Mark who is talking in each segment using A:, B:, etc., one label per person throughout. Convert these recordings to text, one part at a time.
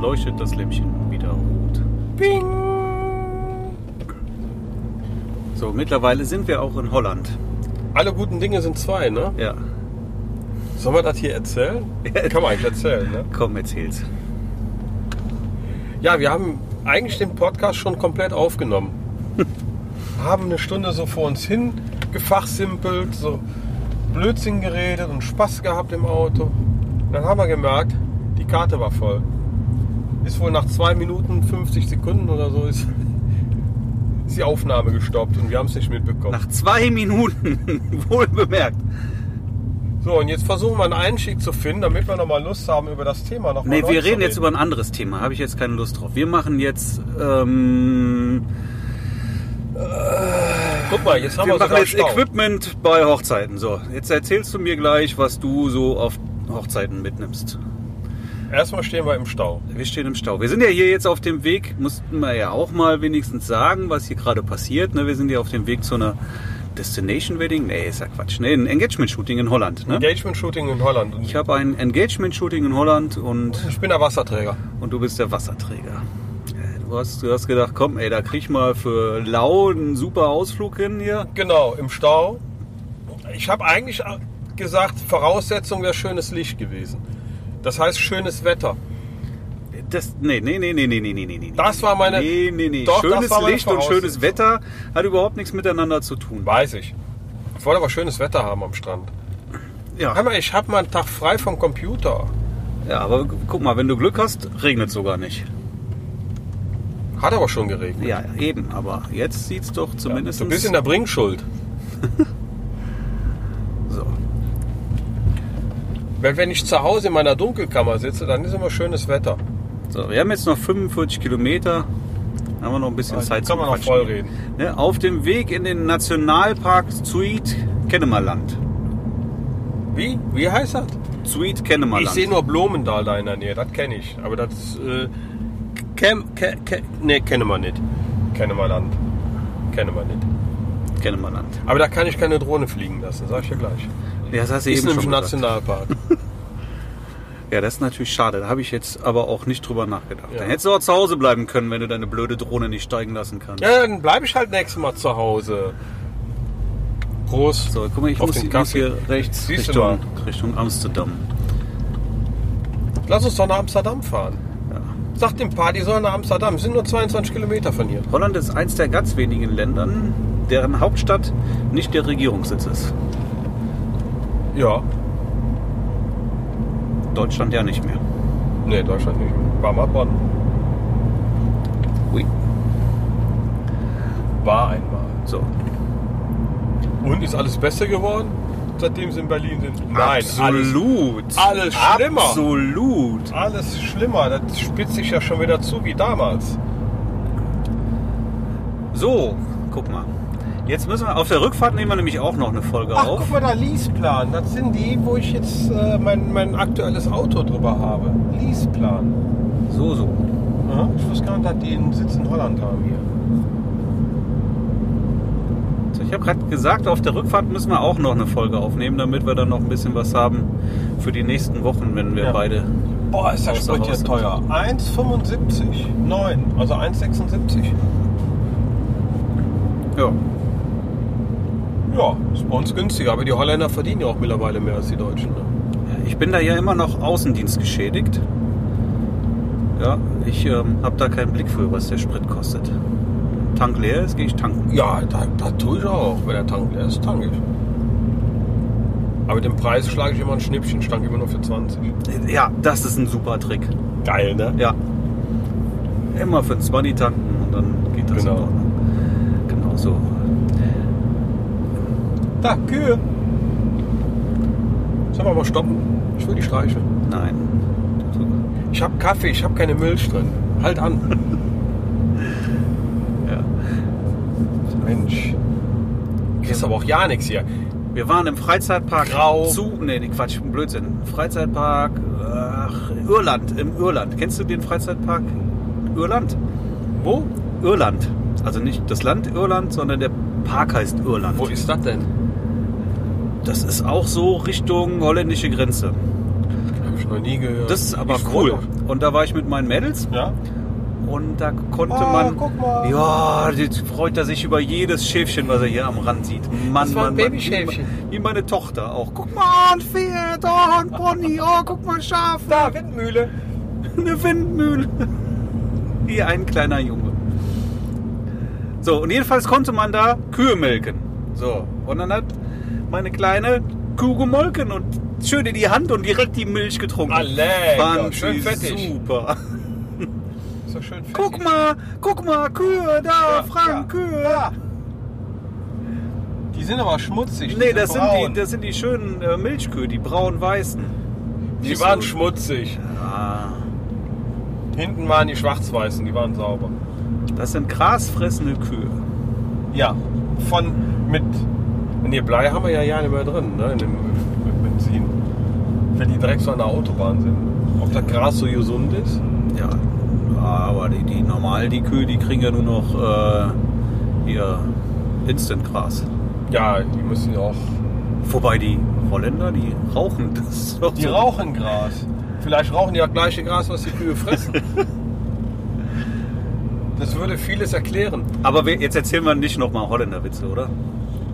A: leuchtet das Lämpchen wieder rot.
B: Bing!
A: So, mittlerweile sind wir auch in Holland.
B: Alle guten Dinge sind zwei, ne?
A: Ja,
B: Sollen wir das hier erzählen? Kann man eigentlich erzählen, ne?
A: komm, erzähl's.
B: Ja, wir haben eigentlich den Podcast schon komplett aufgenommen. haben eine Stunde so vor uns hin gefachsimpelt, so Blödsinn geredet und Spaß gehabt im Auto. Und dann haben wir gemerkt, die Karte war voll. Ist wohl nach 2 Minuten 50 Sekunden oder so ist, ist die Aufnahme gestoppt und wir haben es nicht mitbekommen.
A: Nach zwei Minuten, wohl bemerkt.
B: So, und jetzt versuchen wir einen Einstieg zu finden, damit wir nochmal Lust haben, über das Thema nochmal
A: Nee, wir reden jetzt über ein anderes Thema, habe ich jetzt keine Lust drauf. Wir machen jetzt. Ähm,
B: Guck mal, jetzt haben wir,
A: wir machen
B: sogar
A: jetzt
B: Stau.
A: Equipment bei Hochzeiten. So, jetzt erzählst du mir gleich, was du so auf Hochzeiten mitnimmst.
B: Erstmal stehen wir im Stau.
A: Wir stehen im Stau. Wir sind ja hier jetzt auf dem Weg, mussten wir ja auch mal wenigstens sagen, was hier gerade passiert. Ne? Wir sind ja auf dem Weg zu einer Destination Wedding. Nee, ist ja Quatsch. Nee, ein Engagement Shooting in Holland. Ne?
B: Engagement Shooting in Holland. Und
A: Ich habe ein Engagement Shooting in Holland und,
B: ich bin der Wasserträger.
A: und du bist der Wasserträger. Äh, Du hast, du hast gedacht, komm, ey, da krieg ich mal für lau einen super Ausflug hin hier.
B: Genau, im Stau. Ich habe eigentlich gesagt, Voraussetzung wäre schönes Licht gewesen. Das heißt schönes Wetter.
A: Das, nee, nee, nee, nee, nee, nee, nee, nee, nee.
B: Das war meine-
A: Nee, nee, nee.
B: Doch, das
A: schönes
B: war meine
A: Licht und schönes
B: Voraussetzung.
A: Wetter hat überhaupt nichts miteinander zu tun.
B: Weiß ich. Ich wollte aber schönes Wetter haben am Strand.
A: Ja.
B: Hör mal, ich habe mal einen Tag frei vom Computer.
A: Ja, aber gu- guck mal, wenn du Glück hast, regnet sogar nicht.
B: Hat aber schon geregnet.
A: Ja, eben, aber jetzt sieht's doch zumindest
B: Du bist in der Bringschuld.
A: so.
B: Weil wenn ich zu Hause in meiner Dunkelkammer sitze, dann ist immer schönes Wetter.
A: so. Wir haben jetzt noch 45 Kilometer. Dann haben wir noch ein bisschen
B: Also,
A: Zeit
B: kann
A: zum
B: man noch
A: Quatschen.
B: voll reden.
A: Ne, auf dem Weg in den Nationalpark Zuid Kennemerland.
B: Wie? Wie heißt das?
A: Zuid
B: Ich
A: Kennemerland.
B: sehe nur Blumendal da in der Nähe, das kenne ich. Aber das äh, ken, ken, ken, nee, kenne man nicht. Kenne man Land. Kenne man nicht.
A: Kennemerland.
B: Aber da kann ich keine Drohne fliegen lassen, sag ich dir gleich.
A: Ja, das hast du
B: Ist
A: eben schon
B: nämlich ein
A: gesagt.
B: Nationalpark.
A: Ja, das ist natürlich schade. Da habe ich jetzt aber auch nicht drüber nachgedacht.
B: Ja.
A: Dann hättest du auch zu Hause bleiben können, wenn du deine blöde Drohne nicht steigen lassen kannst.
B: ja, dann bleibe ich halt nächstes Mal zu Hause. Prost.
A: So, guck mal, ich
B: Auf
A: muss,
B: den
A: ich muss
B: Kaffee.
A: hier rechts
B: Siehst du
A: Richtung, Richtung Amsterdam.
B: Lass uns doch nach Amsterdam fahren. Sag dem Paar, die sollen nach Amsterdam. Sind nur 22 Kilometer von hier.
A: Holland ist eins der ganz wenigen Ländern, deren Hauptstadt nicht der Regierungssitz ist.
B: Ja.
A: Deutschland ja nicht mehr.
B: Nee, Deutschland nicht. War mal Bonn.
A: Ui.
B: War einmal.
A: So.
B: Und ist alles besser geworden, seitdem sie in Berlin sind? Nein, alles
A: absolut.
B: alles schlimmer.
A: Absolut.
B: Alles schlimmer, das spitzt sich ja schon wieder zu wie damals.
A: So, guck mal. Jetzt müssen wir auf der Rückfahrt nehmen wir nämlich auch noch eine Folge
B: Ach, guck
A: auf.
B: mal, da Leaseplan. Das sind die, wo ich jetzt äh, mein, mein aktuelles Auto drüber habe. Leaseplan.
A: So, so.
B: Aha, Ich wusste gar nicht, dass die einen Sitz in Holland haben hier.
A: so ich habe gerade gesagt, auf der Rückfahrt müssen wir auch noch eine Folge aufnehmen, damit wir dann noch ein bisschen was haben für die nächsten Wochen, wenn wir
B: Ja.
A: beide.
B: Boah, ist
A: Außer Haus.
B: 1,75. 9, also 1,76.
A: Ja.
B: Ja, ist bei uns günstiger, aber die Holländer verdienen ja auch mittlerweile mehr als die Deutschen. Ne?
A: Ich bin da ja immer noch Außendienst geschädigt. Ja, ich ähm, habe da keinen Blick für, was der Sprit kostet. Tank leer ist, gehe ich tanken.
B: Ja, da, da tue ich auch. Wenn der Tank leer ist, tanke ich. Aber den Preis schlage ich immer ein Schnippchen, ich tanke immer nur für 20.
A: Ja, das ist ein super Trick.
B: Geil, ne?
A: Ja. Immer für 20 tanken und dann geht das
B: Genau.
A: in Ordnung. Genau so.
B: Da, Kühe. Sollen wir mal stoppen? Ich will die streicheln.
A: Nein.
B: Ich habe Kaffee, ich habe keine Milch drin. Halt an.
A: Ja.
B: Mensch. Kriegst aber auch ja nichts hier.
A: Wir waren im Freizeitpark
B: Grau.
A: zu. Nee, nee, Quatsch, Blödsinn. Freizeitpark ach, Irland, im Irland. Kennst du den Freizeitpark Irland?
B: Wo?
A: Irland. Also nicht das Land Irland, sondern der Park heißt Irland.
B: Wo ist das denn?
A: Das ist auch so Richtung holländische Grenze.
B: Hab ich schon noch nie gehört.
A: Das ist aber
B: Ich
A: cool.
B: wollte-
A: Und da war ich mit meinen Mädels
B: Ja?
A: und da konnte
B: Ah,
A: man.
B: guck mal.
A: Ja, jetzt freut er sich über jedes Schäfchen, was er hier am Rand sieht. Mann,
B: Das war ein
A: Mann, Mann.
B: Babyschäfchen.
A: Wie meine Tochter auch. Guck mal, ein Pferd, oh, ein Pony, oh, guck mal, Schaf,
B: Da, Windmühle.
A: eine Windmühle. Wie ein kleiner Junge. So, und jedenfalls konnte man da Kühe melken. So, und dann hat meine kleine Kuh gemolken und schön in die Hand und direkt die Milch getrunken.
B: Ah, lecker,
A: Fand
B: schön
A: sie
B: fettig.
A: Super.
B: Ist doch schön fett.
A: Guck mal, guck mal, Kühe da,
B: Ja,
A: Frank,
B: ja.
A: Kühe.
B: Die sind aber schmutzig.
A: Nee,
B: sind
A: das sind,
B: braun.
A: die, das sind die schönen äh, Milchkühe, die braun-weißen.
B: die
A: nicht
B: waren
A: so-
B: schmutzig.
A: Ah,
B: Hinten waren die schwarz-weißen, die waren sauber.
A: das sind grasfressende Kühe.
B: Ja, von mit. Nee, Blei haben wir ja ja nicht mehr drin, ne? In dem mit Benzin. Wenn die direkt so an der Autobahn sind. Ob das Gras so gesund ist?
A: Ja, aber die, die normal, die Kühe, die kriegen ja nur noch äh, ihr Instant-Gras.
B: Ja, die müssen ja auch.
A: Wobei die Holländer, die rauchen das. ist doch
B: Die
A: so.
B: rauchen Gras. Vielleicht rauchen die ja gleiche Gras, was die Kühe fressen. das würde vieles erklären.
A: Aber wir, jetzt erzählen wir nicht nochmal Holländerwitze, oder?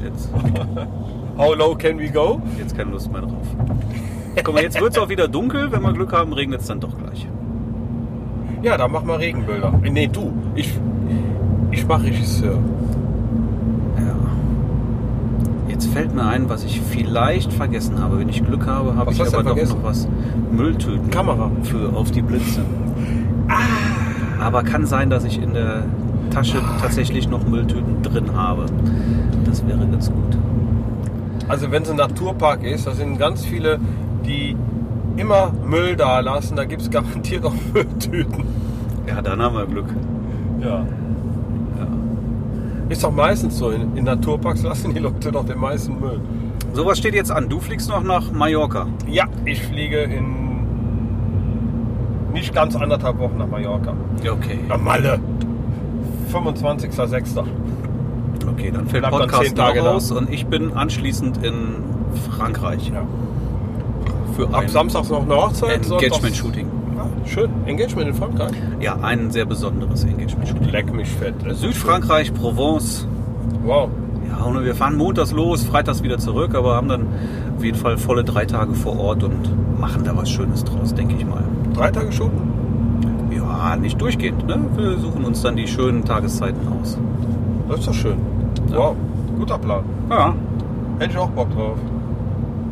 A: Jetzt,
B: How low can we go?
A: jetzt keine Lust mehr drauf. Guck mal, jetzt wird es auch wieder dunkel. Wenn wir Glück haben, regnet es dann doch gleich.
B: Ja, dann mach mal Regenbilder. Äh, Nee, du. Ich, ich mach Regisseur.
A: Ja. Jetzt fällt mir ein, was ich vielleicht vergessen habe. Wenn ich Glück habe, habe
B: Was
A: ich
B: hast du
A: aber doch
B: denn
A: noch was. Mülltüten.
B: Kamera.
A: Für auf die Blitze. Aber kann sein, dass ich in der Tasche tatsächlich noch Mülltüten drin habe. Das wäre ganz gut.
B: Also wenn es ein Naturpark ist, da sind ganz viele, die immer Müll da lassen. Da gibt es garantiert auch Mülltüten.
A: Ja, dann haben wir Glück.
B: Ja. Ist doch meistens so. In, in Naturparks lassen die Leute doch den meisten Müll.
A: Sowas steht jetzt an. Du fliegst noch nach Mallorca.
B: Ja, ich fliege in nicht ganz anderthalb Wochen nach Mallorca.
A: Ja, okay.
B: Na Malle. 25.06.
A: Okay, dann fällt
B: Bleibt dann
A: Podcast
B: zehn Tage
A: noch
B: da.
A: raus und ich bin anschließend in Frankreich.
B: Ja.
A: Für
B: Ab
A: ein
B: Samstag noch eine Hochzeit. sonntags-
A: Engagement-Shooting.
B: Ah, schön. Engagement in Frankreich.
A: Ja, ein sehr besonderes Engagement-Shooting.
B: Leck mich fett.
A: Südfrankreich, Provence.
B: Wow.
A: Ja, und wir fahren montags los, freitags wieder zurück, aber haben dann auf jeden Fall volle drei Tage vor Ort und machen da was Schönes draus, denke ich mal.
B: Drei Tage schon?
A: Ja, nicht durchgehend, ne? Wir suchen uns dann die schönen Tageszeiten aus.
B: Das ist doch schön. Wow, guter Plan.
A: Ja,
B: Hätte ich auch Bock drauf.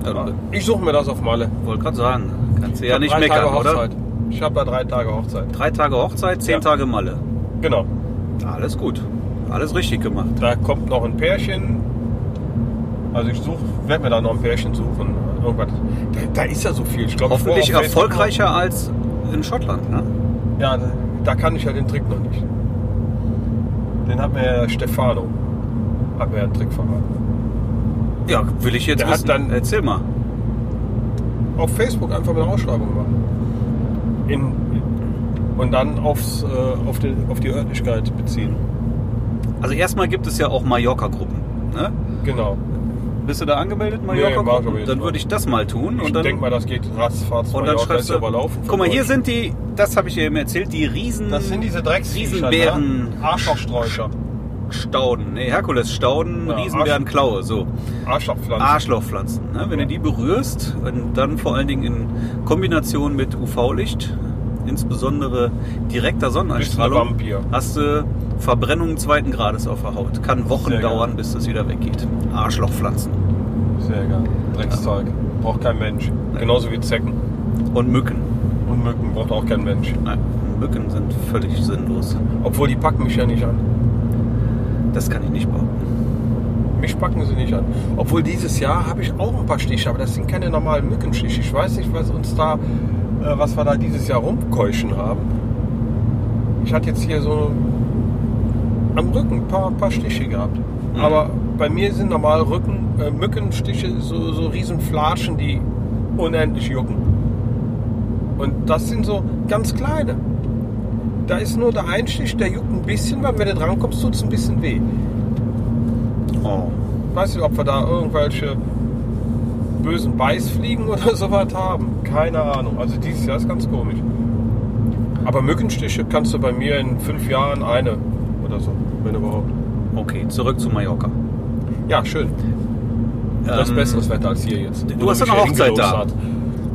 A: ja
B: Ich suche mir das auf Malle.
A: wollte gerade sagen, kannst du ja
B: Ich hab
A: nicht
B: drei
A: meckern,
B: Tage
A: oder?
B: Hochzeit. Ich habe da drei Tage Hochzeit.
A: Drei Tage Hochzeit, zehn
B: Ja.
A: Tage Malle.
B: Genau.
A: Alles gut, alles richtig gemacht.
B: Da kommt noch ein Pärchen. Also ich suche, werde mir da noch ein Pärchen suchen. Irgendwas. Da, da ist ja so viel. Ich glaub,
A: Hoffentlich
B: ich war auf Facebook
A: erfolgreicher als in Schottland, ne?
B: noch- Ja, da- da kann ich ja den Trick noch nicht. Den hat mir Stefano. Hat mir einen Trick verraten.
A: Ja, will ich jetzt
B: Der hat
A: wissen.
B: dann-
A: Erzähl mal.
B: Auf Facebook einfach mal eine Ausschreibung machen. In, und dann aufs, äh, auf, den, auf die Örtlichkeit beziehen.
A: Also erstmal gibt es ja auch Mallorca-Gruppen, ne?
B: Genau.
A: Bist du da angemeldet,
B: mach ich
A: Mallorca?
B: aber jetzt
A: dann
B: mal.
A: würde ich das mal tun
B: Ich
A: und dann,
B: denke mal, das geht ratzfatz.
A: und dann
B: Mallorca
A: schreibst
B: ist
A: du.
B: ja überlaufen. von
A: Guck mal, hier
B: Leuten.
A: sind die, das habe ich dir eben erzählt, die Riesen.
B: Das sind diese Drecksviecher.
A: Riesenbären.
B: Ne? Arschlochsträucher.
A: Stauden, ne, Herkulesstauden,
B: Ja,
A: Riesenbärenklaue, so.
B: Arschlochpflanzen.
A: Arschlochpflanzen, ne? Wenn
B: Ja.
A: du die berührst, und dann vor allen Dingen in Kombination mit UV-Licht, insbesondere direkter
B: Bist ein
A: Sonneneinstrahlung,
B: Vampir.
A: hast du Verbrennungen zweiten Grades auf der Haut. Kann Wochen
B: Sehr geil.
A: dauern, bis das wieder weggeht. Arschlochpflanzen
B: Sehr geil. Dreckszeug. Braucht kein Mensch. Genauso wie Zecken.
A: und Mücken.
B: Und Mücken braucht auch kein Mensch.
A: Nein, Mücken sind völlig sinnlos.
B: Obwohl, die packen mich ja nicht an.
A: Das kann ich nicht behaupten.
B: Mich packen sie nicht an. Obwohl, dieses Jahr habe ich auch ein paar Stiche, aber das sind keine normalen Mückenstiche. Ich weiß nicht, was uns da, äh, was wir da dieses Jahr rumkeuschen haben. Ich hatte jetzt hier so am Rücken ein paar, paar Stiche gehabt. Aber bei mir sind normal Rücken, äh, Mückenstiche so, so riesen Flatschen, die unendlich jucken. Und das sind so ganz kleine. Da ist nur der Einstich, der juckt ein bisschen, weil wenn du drankommst, tut es ein bisschen weh.
A: Oh.
B: Oh. Weiß nicht, ob wir da irgendwelche bösen Beißfliegen oder sowas haben. Keine Ahnung. Also dieses Jahr ist ganz komisch. Aber Mückenstiche kannst du bei mir in fünf Jahren eine oder so, wenn überhaupt.
A: Okay, zurück zu Mallorca.
B: Ja, schön. Das ist
A: Ähm,
B: besseres Wetter als hier jetzt.
A: du
B: Wo
A: hast
B: mich
A: eine
B: ja
A: Hochzeit
B: hingelotst
A: da.
B: hat.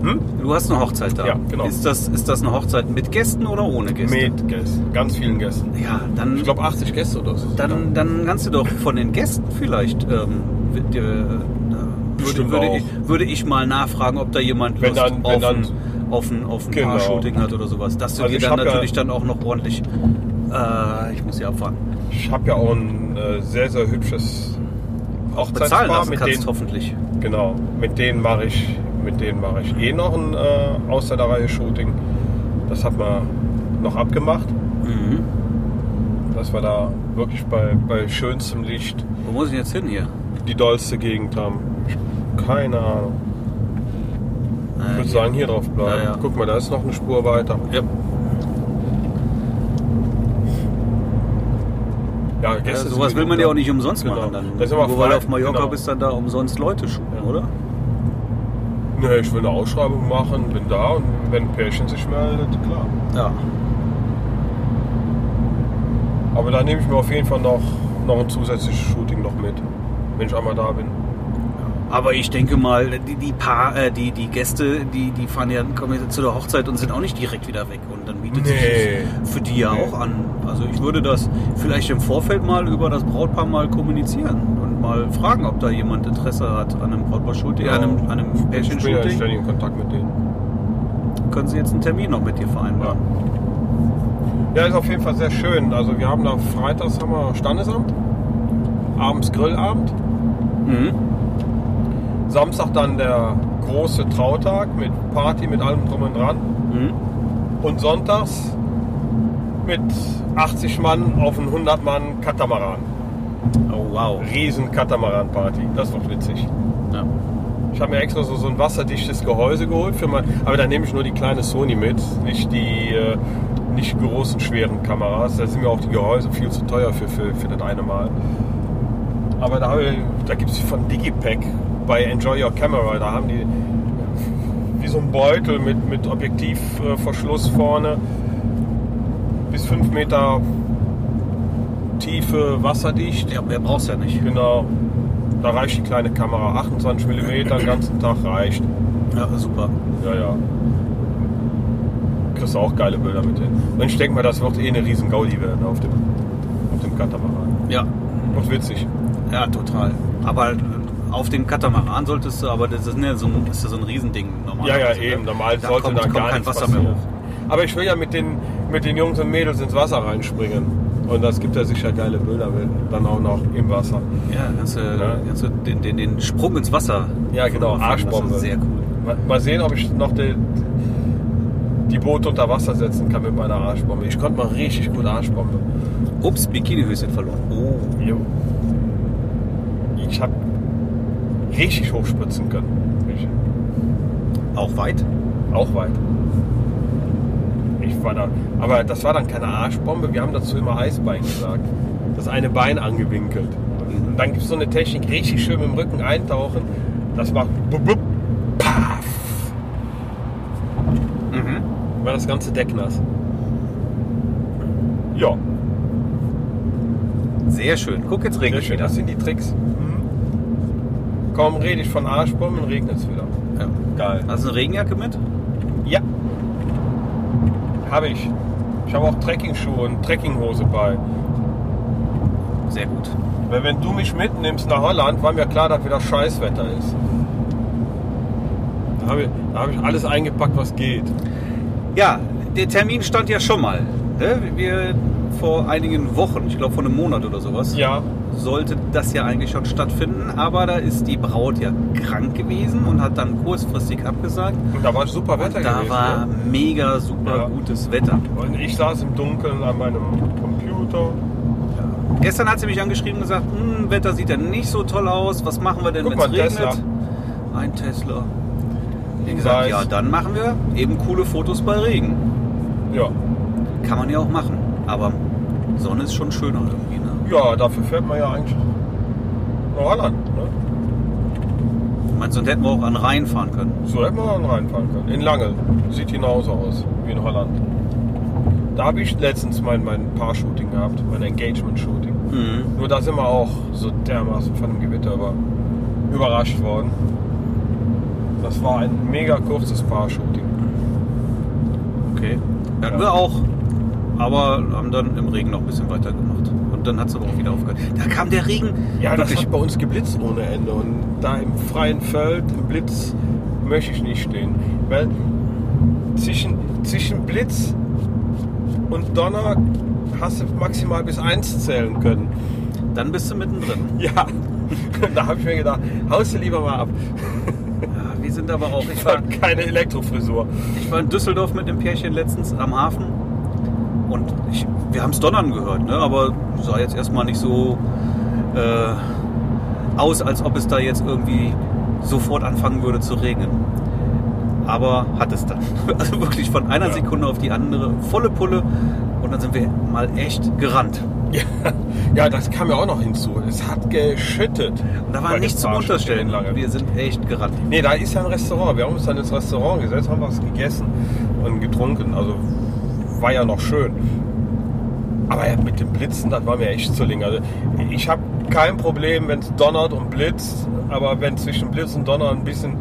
B: Hm?
A: Du hast eine Hochzeit da.
B: Ja, genau.
A: Ist das, ist das eine Hochzeit mit Gästen oder ohne Gäste?
B: Mit Gästen. Ganz vielen Gästen.
A: Ja, dann,
B: Ich glaube 80 Gäste oder so.
A: dann, dann kannst du doch von den Gästen vielleicht. Ähm, wird dir, äh, würde,
B: Bestimmt
A: würde,
B: auch.
A: ich, würde ich mal nachfragen, ob da jemand
B: Wenn
A: Lust
B: dann-
A: auf,
B: wenn dann-
A: ein, auf ein, auf ein
B: Genau.
A: Paar-Shooting hat oder sowas. Dass du
B: Also
A: dir
B: ich
A: dann
B: hab ja-
A: natürlich dann auch noch ordentlich. Äh, ich muss hier abfahren.
B: Ich habe ja auch ein äh, sehr, sehr hübsches
A: Bezahlen
B: Hochzeitspaar.
A: lassen
B: Mit
A: kannst,
B: denen,
A: hoffentlich.
B: genau, mit denen mache ich, mit denen mache ich eh noch ein äh, außer der Reihe Shooting. Das hat man noch abgemacht,
A: Mhm.
B: dass wir da wirklich bei, bei schönstem Licht
A: Wo muss ich jetzt hin hier?
B: die dollste Gegend haben. Keine Ahnung. Ich
A: Äh,
B: würde sagen, hier drauf bleiben.
A: Ja, ja.
B: Guck mal, da ist noch eine Spur weiter.
A: Ja.
B: Ja,
A: Ja,
B: Gäste sind
A: sowas will man
B: mitunter-
A: ja auch nicht umsonst
B: Genau.
A: machen. Dann,
B: Das ist aber
A: Nur weil
B: frei-
A: auf Mallorca
B: genau.
A: bist, dann da umsonst Leute shooten,
B: Ja.
A: oder?
B: Nee, ich will eine Ausschreibung machen, bin da und wenn ein Pärchen sich meldet, klar.
A: Ja.
B: Aber da nehme ich mir auf jeden Fall noch, noch ein zusätzliches Shooting noch mit, wenn ich einmal da bin.
A: Aber ich denke mal, die, die, Paar, äh, die, die Gäste, die, die fahren ja kommen ja zu der Hochzeit und sind auch nicht direkt wieder weg. Und dann bietet
B: Nee.
A: sich das für die ja
B: Nee.
A: auch an. Also ich würde das vielleicht im Vorfeld mal über das Brautpaar mal kommunizieren und mal fragen, ob da jemand Interesse hat an einem Brautpaar-Shooting,
B: Ja.
A: an einem, an einem
B: Genau. Ich bin ja
A: Pärchen-Shooting.
B: ständig in Kontakt mit denen.
A: Können sie jetzt einen Termin noch mit dir vereinbaren?
B: Ja, ist auf jeden Fall sehr schön. Also wir haben da freitags haben wir Standesamt, abends Grillabend,
A: Mhm.
B: Samstag dann der große Trautag mit Party, mit allem drum und dran
A: Mhm.
B: und sonntags mit 80 Mann auf einen 100 Mann Katamaran.
A: Oh wow.
B: Riesen Katamaran-Party. Das wird witzig.
A: Ja.
B: Ich habe mir extra so, so ein wasserdichtes Gehäuse geholt für mein, aber da nehme ich nur die kleine Sony mit, nicht die äh, nicht großen schweren Kameras. Da sind mir auch die Gehäuse viel zu teuer für, für, für das eine Mal. Aber da, habe ich- da gibt es von Digipack bei Enjoy Your Camera, da haben die wie so ein Beutel mit, mit Objektivverschluss vorne bis 5 Meter Tiefe, wasserdicht.
A: ja, mehr brauchst du ja nicht.
B: Genau. Da reicht die kleine Kamera. 28 mm den ganzen Tag reicht.
A: Ja, super.
B: Ja, ja. Kriegst auch geile Bilder mit hin. Und ich denke mal, das wird eh eine riesen Gaudi werden auf dem, auf dem Katamaran.
A: Ja,
B: Wird witzig.
A: ja, total. Aber halt, äh, auf dem Katamaran solltest du, aber das ist ja so ein, das ist ja so ein Riesending normal.
B: Ja, ja, eben. Normal
A: ne? Da
B: sollte
A: kommt-
B: da
A: kommt
B: gar
A: kein
B: nichts
A: Wasser
B: passieren.
A: mehr
B: Aber ich will ja mit den, mit den Jungs und Mädels ins Wasser reinspringen. Und das gibt ja sicher geile Bilder wenn- dann auch noch im Wasser.
A: Ja, kannst du,
B: Ja.
A: Kannst du den, den, den Sprung ins Wasser.
B: Ja, genau,
A: machen. Das ist
B: Arschbombe.
A: Sehr cool.
B: Mal- Mal sehen, ob ich noch die, die Boote unter Wasser setzen kann mit meiner Arschbombe. Ich konnte mal richtig gut Arschbombe.
A: Ups, Bikinihöschen verloren. Oh.
B: Jo. Ich habe richtig hochspritzen können. Ich,
A: Auch weit?
B: auch weit. Ich war da. Aber das war dann keine Arschbombe. Wir haben dazu immer Eisbein gesagt. Das eine Bein angewinkelt. Und dann gibt es so eine Technik, richtig schön mit dem Rücken eintauchen. Das macht bub, bub, paff.
A: Mhm.
B: War das ganze Deck nass. Ja,
A: Sehr schön. Guck, jetzt
B: sehr
A: regnet
B: schön.
A: wieder.
B: Das sind die Tricks. Mhm. Kaum rede ich von Arschbomben, regnet es wieder.
A: Ja.
B: Geil.
A: Hast du eine Regenjacke mit?
B: Ja. Habe ich. Ich habe auch Trekkingschuhe und Trekkinghose bei.
A: Sehr gut.
B: Weil wenn du mich mitnimmst nach Holland, war mir klar, dass wieder Scheißwetter ist. Da habe ich, da habe ich alles eingepackt, was geht.
A: Ja, der Termin stand ja schon mal. Ne? Wir vor einigen Wochen, ich glaube vor einem Monat oder sowas,
B: Ja.
A: sollte das ja eigentlich schon stattfinden. Aber da ist die Braut ja krank gewesen und hat dann kurzfristig abgesagt.
B: Und da war super Wetter
A: und da
B: gewesen.
A: war
B: ne?
A: mega super
B: Ja.
A: gutes Wetter.
B: Und ich saß im Dunkeln an meinem Computer.
A: Gestern hat sie mich angeschrieben und gesagt, "Hm, Wetter sieht ja nicht so toll aus. Was machen wir denn,
B: Guck
A: wenn es
B: mal,
A: regnet?
B: Tesla.
A: Ein Tesla. Ich
B: Ich
A: gesagt,
B: weiß.
A: ja, dann machen wir eben coole Fotos bei Regen.
B: Ja.
A: Kann man ja auch machen. Aber Sonne ist schon schöner irgendwie. Ne?
B: Ja, dafür fährt man ja eigentlich nach Holland. Ne?
A: Meinst du, und hätten wir auch an den Rhein fahren können?
B: So hätten wir dann reinfahren können. In Lange. Sieht genauso aus wie in Holland. Da habe ich letztens mein, mein Paar-Shooting gehabt, mein Engagement-Shooting.
A: Mhm.
B: Nur da sind wir auch so dermaßen von dem Gewitter aber überrascht worden. Das war ein mega kurzes Paar-Shooting.
A: Okay. Ja,
B: Ja.
A: wir auch. Aber haben dann im Regen noch ein bisschen weitergemacht. Und dann hat es aber auch wieder aufgehört. Da kam der Regen.
B: Ja, das
A: wirklich.
B: hat bei uns geblitzt ohne Ende. Und da im freien Feld, im Blitz, möchte ich nicht stehen. Weil zwischen, zwischen Blitz und Donner hast du maximal bis eins zählen können.
A: Dann bist du mittendrin.
B: Ja. da habe ich mir gedacht, haust du lieber mal ab.
A: Ja, wir sind aber auch. Ich
B: Ich
A: war,
B: habe keine Elektrofrisur.
A: ich war in Düsseldorf mit dem Pärchen letztens am Hafen. Und ich, wir haben es donnern gehört, ne? aber sah jetzt erstmal nicht so äh, aus, als ob es da jetzt irgendwie sofort anfangen würde zu regnen. Aber hat es dann. Also wirklich von einer
B: Ja.
A: Sekunde auf die andere, volle Pulle. Und dann sind wir mal echt gerannt.
B: Ja, ja, das kam ja auch noch hinzu. Es hat geschüttet.
A: Und da war
B: Bei
A: nichts
B: dem
A: zum
B: Fahrstuhl
A: Unterstellen.
B: Lange.
A: Wir sind echt gerannt.
B: Nee, da ist ja ein Restaurant. Wir haben uns dann ins Restaurant gesetzt, haben was gegessen und getrunken. Also war ja noch schön. Aber ja, mit dem Blitzen, das war mir echt zu link. Also ich habe kein Problem, wenn es donnert und blitzt, aber wenn zwischen Blitz und Donner ein bisschen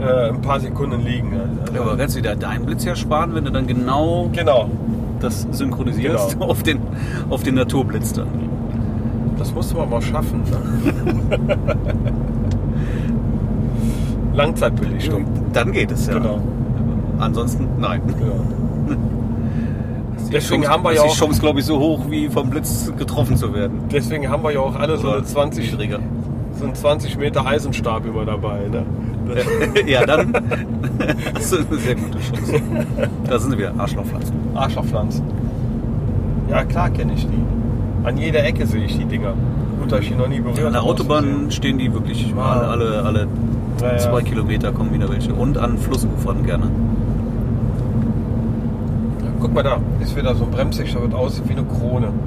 B: äh, ein paar Sekunden liegen. Also,
A: Ja, aber kannst du dir deinen Blitz ja sparen, wenn du dann genau
B: genau.
A: das synchronisierst
B: Genau.
A: auf, den, auf den Naturblitz dann.
B: Das musste man mal schaffen. Ne? Langzeitbelichtung.
A: Dann geht es ja.
B: Genau.
A: Ansonsten nein.
B: Ja.
A: Ist die
B: Deswegen
A: Chance-
B: haben wir
A: ist
B: ja
A: die
B: auch-
A: Chance, glaube ich, so hoch wie vom Blitz getroffen zu werden.
B: Deswegen haben wir ja auch alle so, eine 20,
A: niedriger.
B: so einen 20 Meter Eisenstab immer dabei. Ne?
A: ja, dann hast du eine sehr gute Chance. Da sind sie wieder Arschlochpflanzen.
B: Arscherpflanzen. Ja, klar kenne ich die. An jeder Ecke sehe ich die Dinger. Gut, dass ich die noch nie berührt
A: An der
B: habe,
A: Autobahn stehen die wirklich
B: Wow.
A: alle, alle, alle
B: Ah. Ja, ja.
A: zwei Kilometer kommen wieder welche. Und an Flussufern gerne.
B: auszusehen. Guck mal da, ist wieder so ein Bremslicht, das aussieht wie eine Krone. Hm.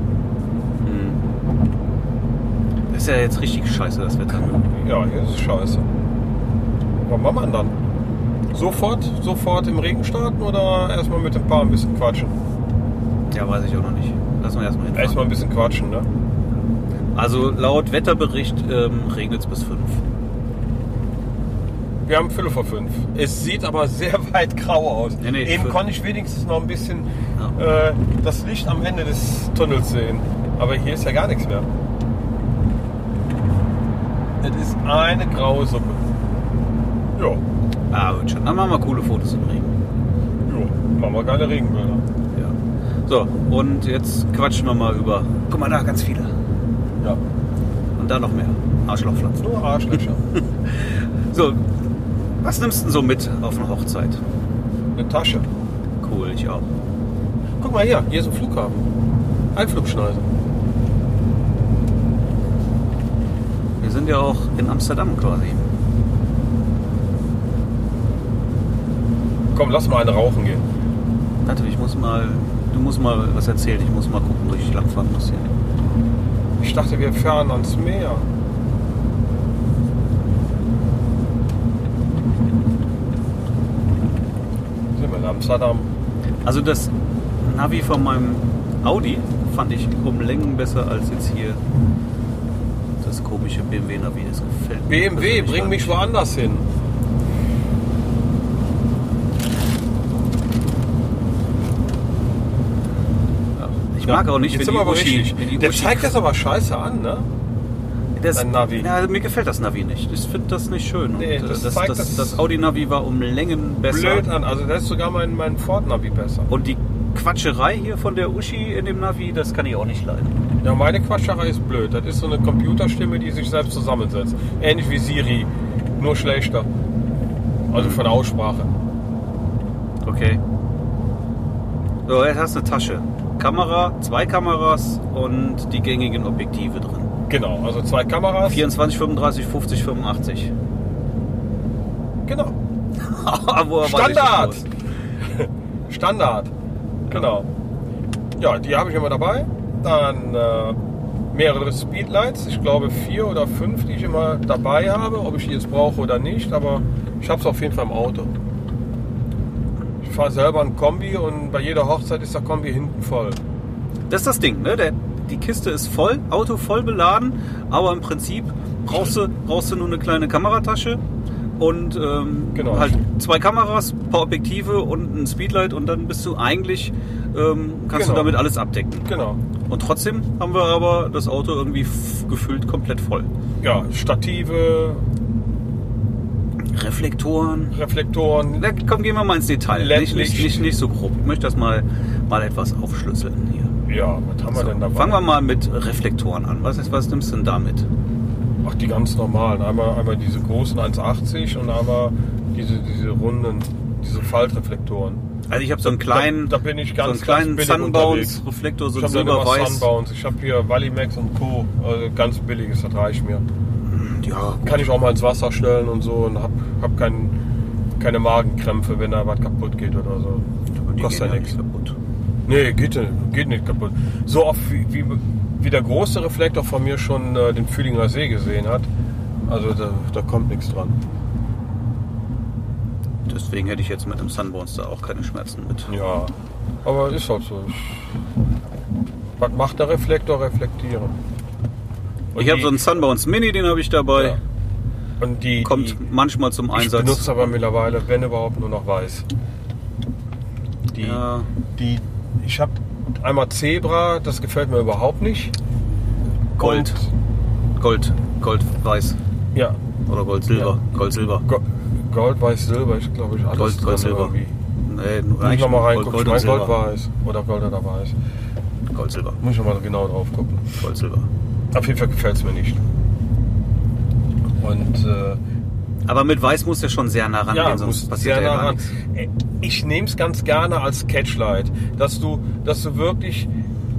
A: Das Ist ja jetzt richtig scheiße, das Wetter.
B: Ja, hier ist es scheiße. Was machen wir dann? Sofort, sofort im Regen starten oder erstmal mit dem Paar ein bisschen quatschen?
A: Ja, weiß ich auch noch nicht. Lass mal erstmal hinfahren.
B: Erstmal ein bisschen quatschen, ne?
A: Also laut Wetterbericht ähm, regnet es bis 5.
B: Wir haben Viertel vor fünf. Es sieht aber sehr weit grau aus.
A: Nee, nee,
B: Eben
A: fünf.
B: konnte ich wenigstens noch ein bisschen äh, das Licht am Ende des Tunnels sehen. Aber hier ist ja gar nichts mehr. Es ist eine graue Suppe. Ja, ja.
A: Ah, wird schon. Dann machen wir coole Fotos im Regen.
B: Machen wir geile Regenbilder.
A: Ja. So, und jetzt quatschen wir mal über. Guck mal da, ganz viele.
B: Ja.
A: Und da noch mehr. Arschlochpflanzen.
B: Nur Arschlöcher.
A: So, was nimmst du denn so mit auf eine Hochzeit?
B: Eine Tasche.
A: Cool, ich auch.
B: Guck mal hier, hier ist ein Flughafen. Einflugschneise.
A: Wir sind ja auch in Amsterdam quasi.
B: Komm, lass mal eine rauchen gehen.
A: Warte, ich muss mal. Du musst mal was erzählen. Ich muss mal gucken, wo ich langfahren muss hier.
B: Ich dachte, wir fahren ans Meer. Sind wir in Amsterdam?
A: Also das Navi von meinem Audi fand ich um Längen besser als jetzt hier das komische BMW-Navi. Das gefällt mir
B: BMW,
A: persönlich
B: bring
A: gar
B: mich
A: nicht.
B: woanders hin.
A: Ja. Ich mag auch nicht,
B: Jetzt
A: wenn
B: sind
A: die,
B: wir aber
A: Uschi,
B: richtig.
A: wenn die
B: Der
A: Uschi-
B: zeigt das aber scheiße an, ne?
A: das,
B: dein Navi.
A: Ja, mir gefällt das Navi nicht. Ich finde das nicht schön.
B: Nee,
A: Und, äh,
B: das
A: das,
B: zeigt,
A: das,
B: dass-
A: das, Audi-Navi war um Längen besser.
B: Blöd an. Also, das ist sogar mein, mein Ford-Navi besser.
A: Und die Quatscherei hier von der Uschi in dem Navi, das kann ich auch nicht leiden.
B: Ja, meine Quatscherei ist blöd. Das ist so eine Computerstimme, die sich selbst zusammensetzt. Ähnlich wie Siri, nur schlechter. Also
A: Mhm.
B: von der Aussprache.
A: Okay. So, jetzt hast du eine Tasche. Kamera, zwei Kameras und die gängigen Objektive drin.
B: Genau, also zwei Kameras.
A: 24, 35, 50, 85.
B: Genau.
A: Wo
B: Standard! Genau. Standard. Genau. Ja, die habe ich immer dabei. Dann äh, mehrere Speedlights, ich glaube vier oder fünf, die ich immer dabei habe, ob ich die jetzt brauche oder nicht, aber ich habe es auf jeden Fall im Auto. Ich fahre selber ein Kombi und bei jeder Hochzeit ist der Kombi hinten voll.
A: Das ist das Ding, ne? Der, die Kiste ist voll, Auto voll beladen, aber im Prinzip brauchst du, brauchst du nur eine kleine Kameratasche und ähm,
B: Genau.
A: halt zwei Kameras, ein paar Objektive und ein Speedlight und dann bist du eigentlich, ähm, kannst
B: Genau.
A: du damit alles abdecken.
B: Genau.
A: Und trotzdem haben wir aber das Auto irgendwie f- gefüllt komplett voll.
B: Ja, Stative,
A: Reflektoren.
B: Reflektoren,
A: Na, komm, gehen wir mal ins Detail. Nicht, nicht,
B: Ländlich.
A: nicht, nicht so grob. Ich möchte das mal, mal etwas aufschlüsseln hier.
B: ja, was haben wir denn dabei?
A: Fangen wir mal mit Reflektoren an. Was, ist, was nimmst du denn damit?
B: Ach, die ganz normalen. Einmal, einmal diese großen 1,80 und einmal diese, diese runden, diese Faltreflektoren.
A: Also ich habe so einen kleinen,
B: da, da bin ich ganz,
A: so einen kleinen
B: ganz billig unterwegs.
A: Sunbounce-Reflektor, so
B: Ich
A: ein
B: habe immer
A: silberweiß.
B: Sunbounce. Ich habe hier Valimax und Co. Also ganz billiges, das reicht mir.
A: Ja,
B: Kann ich auch mal ins Wasser stellen und so und hab, hab kein, keine Magenkrämpfe, wenn da was kaputt geht oder so.
A: die
B: Kostet
A: gehen
B: ja
A: ja
B: nichts.
A: nicht kaputt.
B: Nee, geht, geht nicht kaputt. So oft wie, wie, wie der große Reflektor von mir schon äh, den Fühlinger See gesehen hat. Also da, da kommt nichts dran.
A: Deswegen hätte ich jetzt mit dem Sunbounce da auch keine Schmerzen mit.
B: Ja, aber ist halt so. Ich- Was macht der Reflektor? Reflektieren. Und
A: Ich habe
B: die-
A: so einen Sunbounce Mini, den habe ich dabei.
B: Ja. Und die
A: Kommt
B: Die,
A: manchmal zum
B: ich
A: Einsatz.
B: benutze aber mittlerweile, wenn überhaupt, nur noch weiß. Die,
A: Ja.
B: die, ich habe einmal Zebra, das gefällt mir überhaupt nicht.
A: Gold. Gold, Gold, weiß
B: Und, ja,
A: oder Gold, Silber, Gold, Silber.
B: Go- Gold, Weiß, Silber, ich glaube ich alles.
A: Gold, Gold,
B: drin
A: Silber.
B: irgendwie.
A: Nee, nur
B: Muss ich
A: eigentlich
B: nochmal
A: Gold,
B: reingucken.
A: Gold,
B: ich
A: und
B: mein Gold,
A: Silber.
B: Weiß oder Gold oder Weiß.
A: Gold, Silber,
B: Muss ich nochmal genau drauf gucken.
A: Gold, Silber.
B: Auf jeden Fall gefällt es mir nicht. Und äh,
A: Aber mit Weiß muss der schon sehr nah rangehen,
B: ja,
A: sonst
B: muss
A: passiert
B: sehr
A: ja
B: nah
A: gar
B: ran.
A: nichts.
B: Äh, Ich nehme es ganz gerne als Catchlight, dass du, dass du wirklich,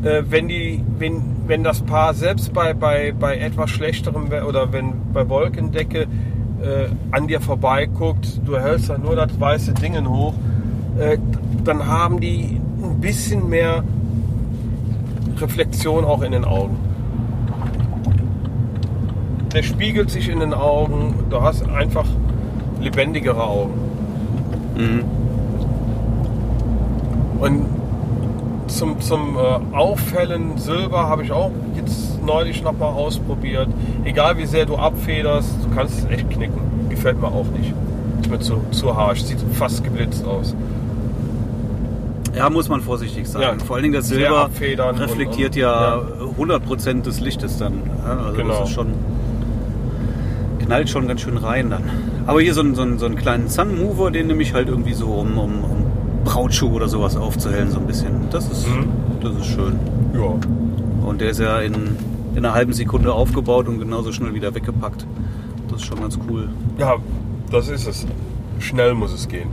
B: äh, wenn die, wenn, wenn das Paar selbst bei, bei, bei etwas schlechterem We- oder wenn bei Wolkendecke äh, an dir vorbeiguckt, du hältst dann nur das weiße Dingen hoch, äh, dann haben die ein bisschen mehr Reflexion auch in den Augen. Der spiegelt sich in den Augen. Du hast einfach lebendigere Augen.
A: Mhm.
B: Und zum, zum äh, Auffällen Silber habe ich auch jetzt neulich nochmal ausprobiert. Egal wie sehr du abfederst, du kannst es echt knicken. Gefällt mir auch nicht. Ist mir zu, zu harsch. Sieht fast geblitzt aus.
A: Ja, muss man vorsichtig sein.
B: Ja.
A: Vor allen Dingen das
B: Sehr
A: Silber
B: abfedern und-
A: reflektiert
B: und-
A: ja,
B: ja.
A: 100% des Lichtes dann. Ja, Also
B: Genau.
A: das ist schon, knallt schon ganz schön rein dann. Aber hier so einen, so einen, so einen kleinen Sunmover, den nehme ich halt irgendwie so, um, um, um Brautschuh oder sowas aufzuhellen so ein bisschen. Das ist,
B: Mhm.
A: das ist schön.
B: Ja.
A: Und der ist ja in, in einer halben Sekunde aufgebaut und genauso schnell wieder weggepackt. Das ist schon ganz cool.
B: Ja, das ist es. Schnell muss es gehen.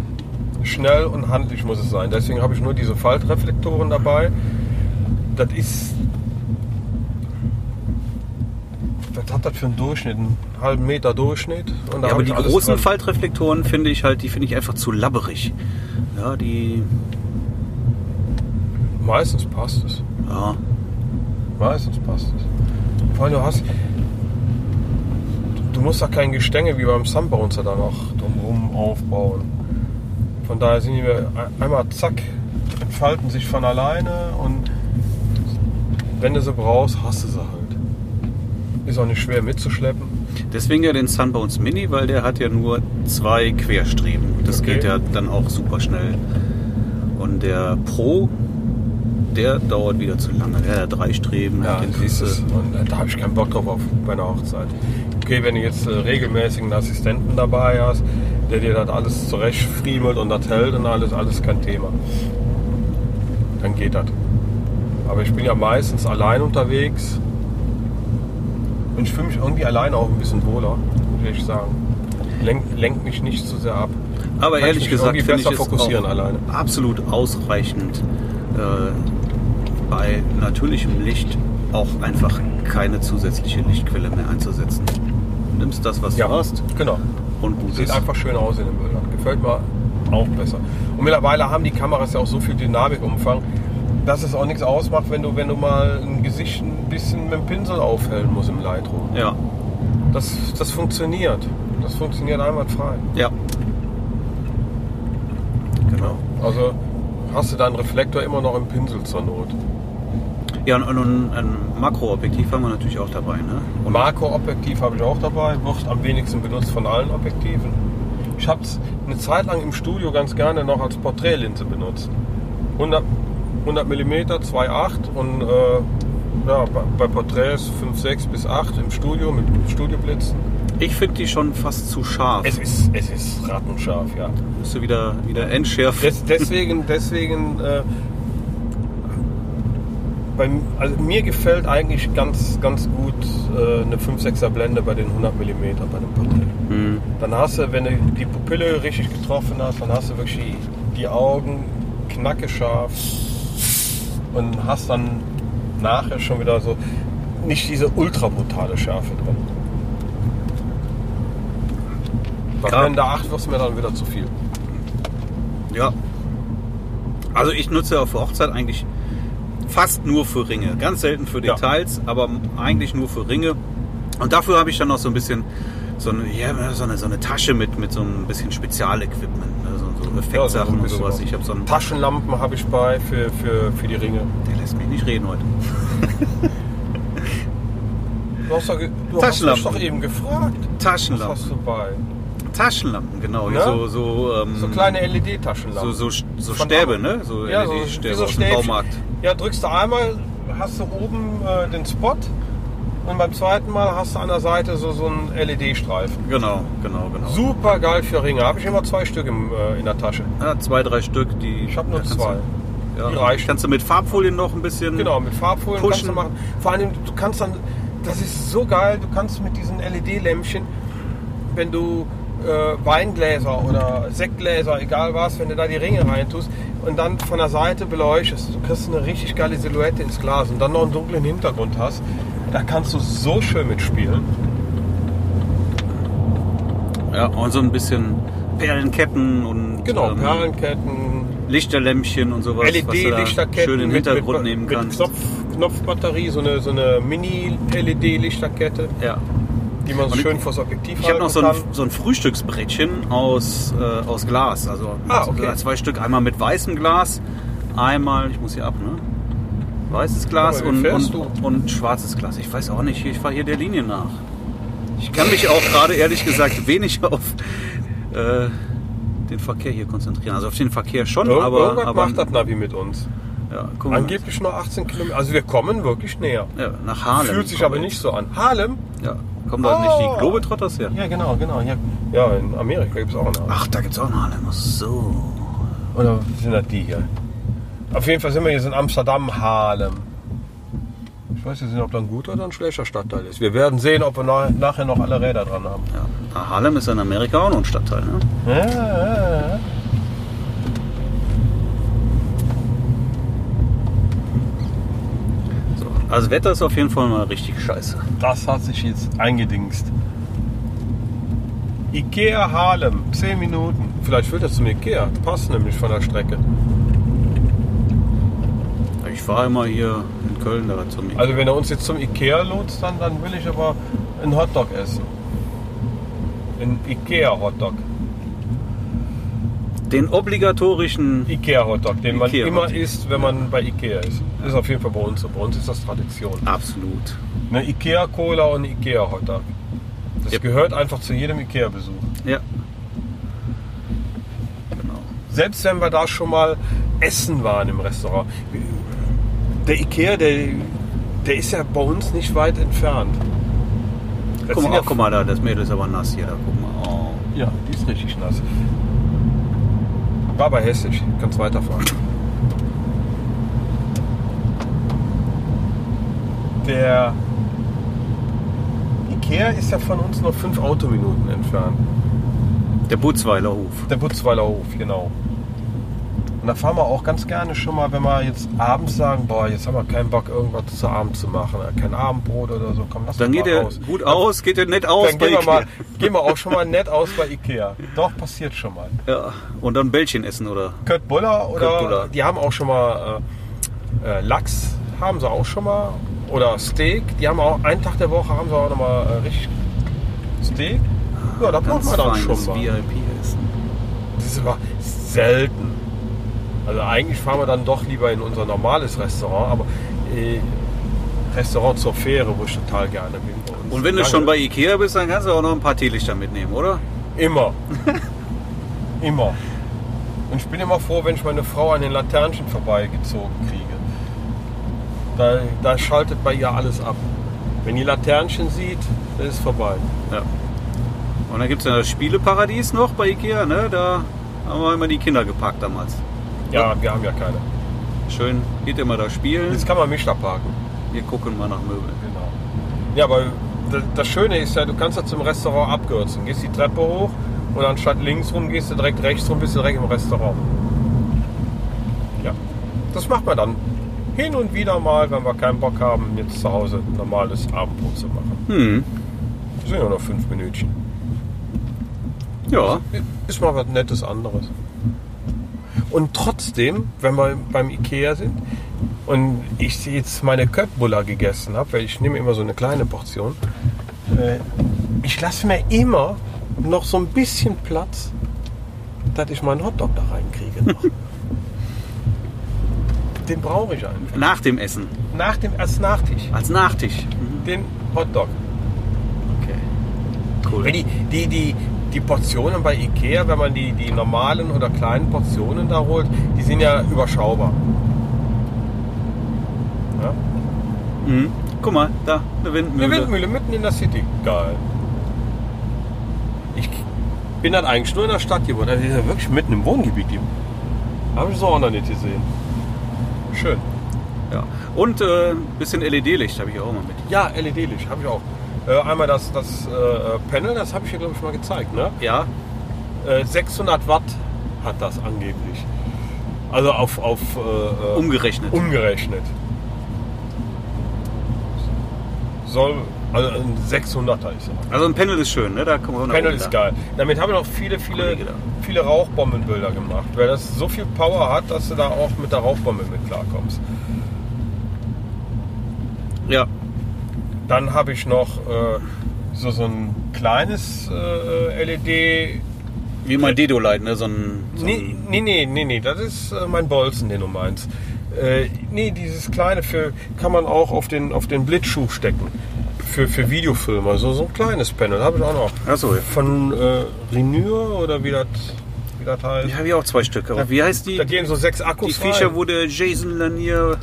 B: Schnell und handlich muss es sein. Deswegen habe ich nur diese Faltreflektoren dabei. Das ist. Was hat das für einen Durchschnitt? Einen halben Meter Durchschnitt? Und da
A: Ja,
B: habe
A: aber
B: ich
A: die
B: alles
A: großen
B: drin.
A: Faltreflektoren finde ich halt, die finde ich einfach zu labberig. Ja, die,
B: Meistens passt es.
A: ja,
B: Meistens passt es. Vor allem, du hast. Du musst da kein Gestänge wie beim Sunbouncer da noch drumherum aufbauen. Von daher sind die mir ein- einmal zack, entfalten sich von alleine und wenn du sie brauchst, hast du sie halt. Ist auch nicht schwer mitzuschleppen.
A: Deswegen ja den Sunbounce Mini, weil der hat ja nur zwei Querstreben. Das
B: Okay.
A: geht ja dann auch super schnell. Und der Pro, der dauert wieder zu lange. Der hat drei Streben. hat den
B: siehst
A: kriegst du-
B: Und äh, da habe ich keinen Bock drauf auf bei einer Hochzeit. Okay, wenn du jetzt äh, regelmäßig einen Assistenten dabei hast, der dir das alles zurechtfriemelt und das hält und alles, alles kein Thema. Dann geht das. Aber ich bin ja meistens allein unterwegs. Und ich fühle mich irgendwie allein auch ein bisschen wohler, würde ich sagen. Lenkt lenk mich nicht zu sehr ab.
A: Aber
B: Kann ich
A: ehrlich
B: mich
A: gesagt,
B: irgendwie
A: finde ich
B: besser
A: es
B: fokussieren
A: auch
B: alleine.
A: absolut ausreichend äh, bei natürlichem Licht auch einfach keine zusätzliche Lichtquelle mehr einzusetzen. Du nimmst das, was du hast
B: genau.
A: und gut
B: Sieht
A: ist.
B: einfach schön aus in den Bildern. Gefällt mir auch besser. Und mittlerweile haben die Kameras ja auch so viel Dynamikumfang. dass es auch nichts ausmacht, wenn du, wenn du mal ein Gesicht ein bisschen mit dem Pinsel aufhellen musst im Lightroom.
A: Ja,
B: Das, das funktioniert. Das funktioniert einwandfrei.
A: ja.
B: Genau. Also hast du deinen Reflektor immer noch im Pinsel zur Not.
A: Ja, und, und ein Makroobjektiv haben wir natürlich auch dabei. Ne?
B: Und Makroobjektiv habe ich auch dabei, wird am wenigsten benutzt von allen Objektiven. Ich habe es eine Zeit lang im Studio ganz gerne noch als Porträtlinse benutzt. 100, 100 mm, 2,8 und äh, ja, bei, bei Porträts 5,6 bis 8 im Studio mit Studioblitzen.
A: Ich finde die schon fast zu scharf.
B: Es ist, es ist rattenscharf, ja.
A: müsste wieder, wieder entschärfen.
B: Des, deswegen, deswegen, äh, bei, also mir gefällt eigentlich ganz, ganz gut äh, eine 5,6er Blende bei den 100 mm bei dem Porträt.
A: Hm.
B: Dann hast du, wenn du die Pupille richtig getroffen hast, dann hast du wirklich die, die Augen knackescharf und hast dann nachher schon wieder so nicht diese ultra brutale Schärfe drin. Bei
A: Ja.
B: Blende 8 wird es mir dann wieder zu viel.
A: Ja. Also ich nutze auf der Hochzeit eigentlich fast nur für Ringe. Ganz selten für
B: Ja.
A: Details, aber eigentlich nur für Ringe. Und dafür habe ich dann noch so ein bisschen so eine, ja, so eine, so eine Tasche mit, mit so ein bisschen Spezialequipment. Ne? So, so
B: so ein
A: Effektsachen und
B: bisschen
A: sowas.
B: was.
A: Ich habe so einen...
B: Taschenlampen habe ich bei für, für, für die Ringe.
A: Der lässt mich nicht reden heute.
B: Du hast, doch, ge- du hast mich
A: Taschenlampen.
B: doch eben gefragt. Was
A: Taschenlampen.
B: hast du bei?
A: Taschenlampen, genau.
B: Ne?
A: So, so, ähm,
B: So kleine E LED-Taschenlampen.
A: so, so, so
B: Von
A: Stäbe,
B: Am-
A: ne? So
B: Ja, so
A: LED-Stäbe
B: wie so
A: aus dem
B: Stäbchen.
A: Baumarkt.
B: Ja, drückst du einmal, hast du oben äh, den Spot und beim zweiten Mal hast du an der Seite so, so einen LED-Streifen.
A: Genau, genau, genau.
B: Super geil für Ringe. Habe ich immer zwei Stück im, äh, in der Tasche.
A: Ja, zwei, drei Stück, die.
B: Ich habe nur
A: da kannst
B: zwei.
A: Du, ja,
B: Die reichen.
A: Kannst du mit Farbfolien noch ein bisschen.
B: Genau, mit Farbfolien
A: Pushen.
B: kannst du machen. Vor allem, du kannst dann, das ist so geil, du kannst mit diesen LED-Lämpchen, wenn du äh, Weingläser oder Sektgläser, egal was, wenn du da die Ringe reintust und dann von der Seite beleuchtest, du kriegst eine richtig geile Silhouette ins Glas und dann noch einen dunklen Hintergrund hast, da kannst du so schön mitspielen.
A: Ja, und so ein bisschen Perlenketten und
B: Genau,
A: ähm,
B: Perlenketten,
A: Lichterlämpfchen und sowas. was du da
B: LED-Lichterketten.
A: Schön im
B: mit-
A: Hintergrund
B: mit,
A: nehmen
B: mit
A: kannst.
B: Knopf, Knopfbatterie, so eine, so eine Mini-LED-Lichterkette,
A: ja.
B: die man so
A: Und ich-
B: schön vors Objektiv
A: Ich habe noch so
B: halten
A: ein,
B: kann.
A: so ein Frühstücksbrettchen aus, äh, aus Glas. Also
B: Ah, okay.
A: zwei Stück. Einmal mit weißem Glas, einmal, ich muss hier ab, ne? Weißes Glas
B: Aber wie
A: und,
B: fährst
A: und, und schwarzes Glas. Ich weiß auch nicht, hier- ich fahre hier der Linie nach. Ich kann mich auch gerade ehrlich gesagt wenig auf äh, den Verkehr hier konzentrieren. Also auf den Verkehr schon,
B: Ir-
A: aber,
B: Irgendwas
A: aber
B: macht das Navi mit uns.
A: ja, guck mal.
B: Angeblich nur 18 Kilometer. Also wir kommen wirklich näher.
A: Ja, nach Harlem.
B: Fühlt sich
A: kommen
B: aber
A: wir
B: nicht so an. Harlem?
A: jetzt. Ja, kommen da nicht
B: Oh.
A: die Globetrotters her?
B: Ja, genau, genau. Ja, ja in Amerika gibt es auch noch.
A: Ach, da gibt's auch einen Harlem. Ach So.
B: Oder sind das die hier? Auf jeden Fall sind wir jetzt in Amsterdam, Harlem. Ich weiß jetzt nicht, ob da ein guter oder ein schlechter Stadtteil ist. Wir werden sehen, ob wir na- nachher noch alle Räder dran haben.
A: Ja. Na, Harlem ist in Amerika auch noch ein Stadtteil, ne?
B: Ja, ja, ja.
A: So. Also Wetter ist auf jeden Fall mal richtig scheiße.
B: Das hat sich jetzt eingedingst. Ikea Harlem, 10 Minuten. Vielleicht führt das zum Ikea. Passt nämlich von der Strecke.
A: Ich fahre immer hier in Köln da zum
B: Also wenn er uns jetzt zum Ikea lotst, dann, dann will ich aber einen Hotdog essen. Ein Ikea Hotdog. Also
A: den obligatorischen.
B: Ikea Hotdog, den man
A: Ikea
B: immer
A: Hotdog.
B: isst, wenn man bei Ikea ist. Ist auf jeden Fall bei uns so. Bei uns ist das Tradition.
A: Absolut.
B: Eine Ikea Cola und ein Ikea Hotdog. Das
A: Yep.
B: gehört einfach zu jedem Ikea Besuch.
A: Ja. Genau.
B: Selbst wenn wir da schon mal essen waren im Restaurant. Der Ikea, der, der ist ja bei uns nicht weit entfernt. Das
A: Guck
B: sind
A: mal,
B: ja
A: oh, guck mal da, das Mädel ist aber nass hier. Da guck mal. Oh.
B: Ja, die ist richtig nass. War aber hässlich. Kannst weiterfahren. Der Ikea ist ja von uns noch fünf Autominuten entfernt.
A: Der Butzweiler Hof.
B: Der Butzweiler Hof, genau. Und da fahren wir auch ganz gerne schon mal, wenn wir jetzt abends sagen, boah, jetzt haben wir keinen Bock, irgendwas zu Abend zu machen. äh, Kein Abendbrot oder so. Komm, lass
A: Dann
B: uns
A: geht
B: mal
A: er
B: raus.
A: gut aus, geht er nett aus
B: Dann gehen wir,
A: Ikea.
B: mal, gehen wir auch schon mal nett aus bei Ikea. Doch, passiert schon mal.
A: Ja. Und dann Bällchen essen, oder?
B: Kurt Buller oder
A: Kurt Buller.
B: die haben auch schon mal Äh, Lachs haben sie auch schon mal. Oder Steak. Die haben auch einen Tag der Woche haben sie auch nochmal äh, richtig Steak. Ja, da braucht
A: Ganz
B: man dann schon
A: feines
B: mal.
A: VIP-Essen.
B: Das ist aber selten. Also eigentlich fahren wir dann doch lieber in unser normales Restaurant, aber äh, Restaurant zur Fähre, wo ich total gerne bin. bei uns.
A: Und wenn du
B: Danke.
A: schon bei Ikea bist, dann kannst du auch noch ein paar Teelichter mitnehmen, oder?
B: Immer. immer. Und ich bin immer froh, wenn ich meine Frau an den Laternchen vorbeigezogen kriege. Da, da schaltet bei ihr alles ab. Wenn die Laternchen sieht, dann ist vorbei.
A: Ja. Und dann gibt es ja das Spieleparadies noch bei Ikea, ne? Da haben wir immer die Kinder gepackt damals.
B: Ja, wir haben ja keine.
A: Schön, geht immer da spielen.
B: Jetzt kann man mich da parken.
A: Wir gucken mal nach Möbeln.
B: Genau. Ja, aber d- das Schöne ist ja, du kannst ja zum Restaurant abkürzen. Gehst die Treppe hoch und anstatt links rum gehst du direkt rechts rum, bist du direkt im Restaurant. Ja, das macht man dann hin und wieder mal, wenn wir keinen Bock haben, jetzt zu Hause normales Abendbrot zu machen.
A: Hm,
B: Das sind ja noch fünf Minütchen.
A: ja.
B: Ist mal was Nettes anderes. Und trotzdem, wenn wir beim Ikea sind und ich jetzt meine Köttbullar gegessen habe, weil ich nehme immer so eine kleine Portion, äh, ich lasse mir immer noch so ein bisschen Platz, dass ich meinen Hotdog da reinkriege. Noch. Den brauche ich einfach.
A: Nach dem Essen,
B: Nach dem, als Nachtisch.
A: als Nachtisch. Mhm.
B: Den Hotdog.
A: Okay. Cool.
B: Wenn die, die, die, die Portionen bei Ikea, wenn man die, die normalen oder kleinen Portionen da holt, die sind ja überschaubar. Ja?
A: Mhm. Guck mal, da, eine Windmühle.
B: Eine Windmühle mitten in der City. Geil. Ich bin dann eigentlich nur in der Stadt geworden. Also die ist ja wirklich mitten im Wohngebiet. Die habe ich so auch noch nicht gesehen. Schön.
A: Ja. Und äh, ein bisschen LED-Licht habe ich auch mal mit.
B: Ja, LED-Licht habe ich auch. Äh, einmal das, das äh, Panel, das habe ich hier, glaube ich, mal gezeigt. Ne?
A: Ja,
B: Äh, 600 Watt hat das angeblich. Also auf, auf äh, äh,
A: umgerechnet.
B: umgerechnet. Soll, also ein 600er ist er.
A: also ein Panel ist schön, ne? Da kommen wir nach
B: Panel
A: oben
B: ist
A: da.
B: geil. Damit haben wir noch viele, viele,
A: Kollege da.
B: viele Rauchbombenbilder gemacht, weil das so viel Power hat, dass du da auch mit der Rauchbombe mit klarkommst.
A: Ja.
B: Dann habe ich noch äh, so, so ein kleines äh, LED
A: Wie mein Dedolite, ne? So ein. So
B: Nee,
A: ein
B: nee, nee, nee, nee, das ist äh, mein Bolzen, den du meinst. Äh, nee, dieses kleine für kann man auch auf den, auf den Blitzschuh stecken. Für, für Videofilme, so, so ein kleines Panel habe ich auch noch.
A: Achso, ja.
B: Von äh, Renur oder wie das wie das heißt.
A: Ich habe ja auch zwei Stück. Aber wie heißt
B: Da
A: die?
B: gehen so sechs
A: Die
B: Akkus
A: Viecher,
B: rein.
A: wo der Jason Lanier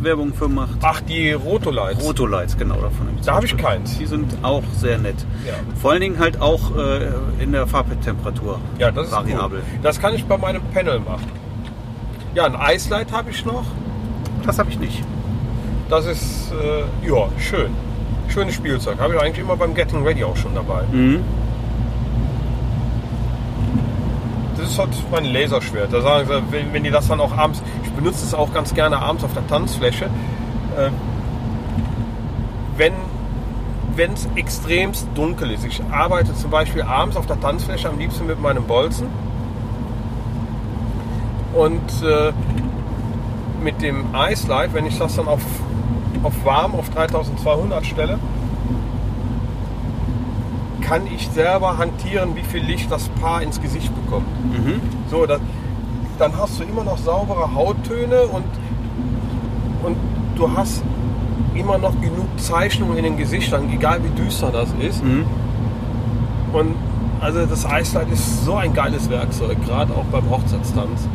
A: Werbung für macht.
B: Ach, die Rotolights.
A: Rotolights, genau davon.
B: da habe ich keins.
A: Die sind auch sehr nett.
B: Ja.
A: Vor allen Dingen halt auch äh, in der Farbtemperatur.
B: Ja, das ist
A: variabel.
B: Cool. Das kann ich bei meinem Panel machen. Ja, ein Eislight habe ich noch.
A: Das habe ich nicht.
B: Das ist, äh, ja, schön. Schönes Spielzeug. Habe ich eigentlich immer beim Getting Ready auch schon dabei.
A: Mhm.
B: Das ist halt mein Laserschwert. Da sagen sie, wenn, wenn die das dann auch abends, ich benutze es auch ganz gerne abends auf der Tanzfläche, äh, wenn wenn es extremst dunkel ist. Ich arbeite zum Beispiel abends auf der Tanzfläche am liebsten mit meinem Bolzen und äh, mit dem Ice Light, wenn ich das dann auf, auf warm auf 3200 stelle, kann ich selber hantieren, wie viel Licht das Paar ins Gesicht bekommt.
A: Mhm.
B: So, das, dann hast du immer noch saubere Hauttöne und, und du hast immer noch genug Zeichnungen in den Gesichtern, egal wie düster das ist.
A: Mhm.
B: Und also das Eislight ist so ein geiles Werkzeug, gerade auch beim Hochzeitstanz.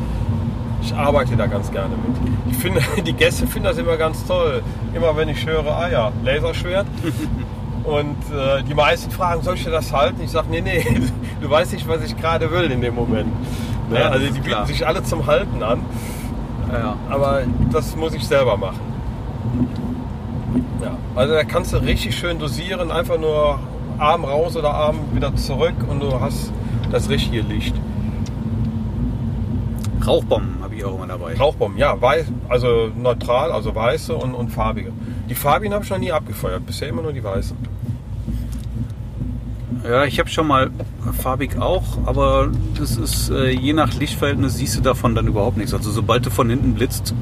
B: Ich arbeite da ganz gerne mit. Ich finde, die Gäste finden das immer ganz toll. Immer wenn ich höre, ah ja, Laserschwert. Und äh, die meisten fragen, soll ich dir das halten? Ich sage, nee, nee, du weißt nicht, was ich gerade will in dem Moment. Ne?
A: Ja, das
B: also
A: ist
B: die bieten
A: klar.
B: sich alle zum Halten an,
A: Ja, ja.
B: aber das muss ich selber machen. Ja, also da kannst du richtig schön dosieren, einfach nur Arm raus oder Arm wieder zurück und du hast das richtige Licht.
A: Rauchbomben habe ich auch immer dabei.
B: Rauchbomben, ja, weiß, also neutral, also weiße und, und farbige. Die farbigen habe ich noch nie abgefeuert, bisher immer nur die weißen.
A: Ja, ich habe schon mal farbig auch, aber das ist äh, je nach Lichtverhältnis siehst du davon dann überhaupt nichts. Also sobald du von hinten blitzt,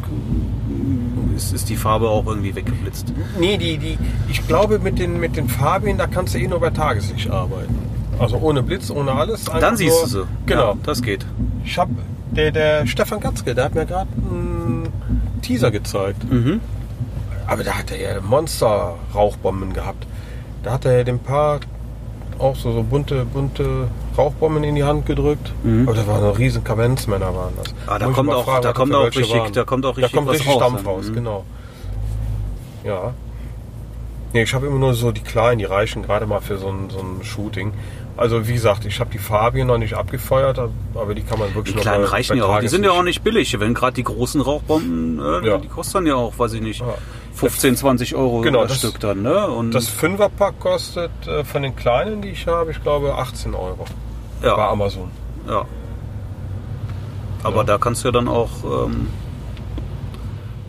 A: ist, ist die Farbe auch irgendwie weggeblitzt.
B: Nee, die, die, ich glaube, mit den, mit den Fabien, da kannst du eh nur bei Tageslicht arbeiten. Also ohne Blitz, ohne alles. einfach
A: Dann siehst du
B: nur-
A: sie.
B: Genau.
A: Ja, das geht.
B: Ich hab, der, der Stefan Gatzke, der hat mir gerade einen Teaser gezeigt.
A: Mhm.
B: Aber da hat er ja Monster-Rauchbomben gehabt. Da hat er ja dem Paar auch so, so bunte, bunte Rauchbomben in die Hand gedrückt.
A: Mhm.
B: Aber das waren so riesen Kavenzmänner waren das.
A: Ah, da
B: Muss ich
A: kommt
B: mal
A: auch- da
B: was
A: kommt
B: für
A: auch
B: welche
A: richtig-
B: waren.
A: da kommt auch richtig
B: Da kommt
A: was
B: richtig
A: raus
B: Stampf
A: dann.
B: raus,
A: Mhm.
B: genau. Ja. Nee, ich habe immer nur so die kleinen, die reichen gerade mal für so ein, so ein Shooting. Also wie gesagt, ich habe die Fabien noch nicht abgefeuert, aber die kann man
A: Die
B: wirklich noch
A: kleinen
B: bei-
A: reichen
B: äh, bei
A: ja auch. Die sind ja
B: Tageslicht-
A: auch nicht billig. Wenn gerade die großen Rauchbomben, äh,
B: Ja.
A: die kosten ja auch, weiß ich nicht,
B: Ja.
A: 15, 20 Euro
B: Genau,
A: das
B: das-
A: Stück dann. Ne? Und
B: Das Fünferpack kostet äh, von den kleinen, die ich habe, ich glaube 18 Euro bei
A: ja,
B: Amazon.
A: ja. Aber da kannst du ja dann auch ähm,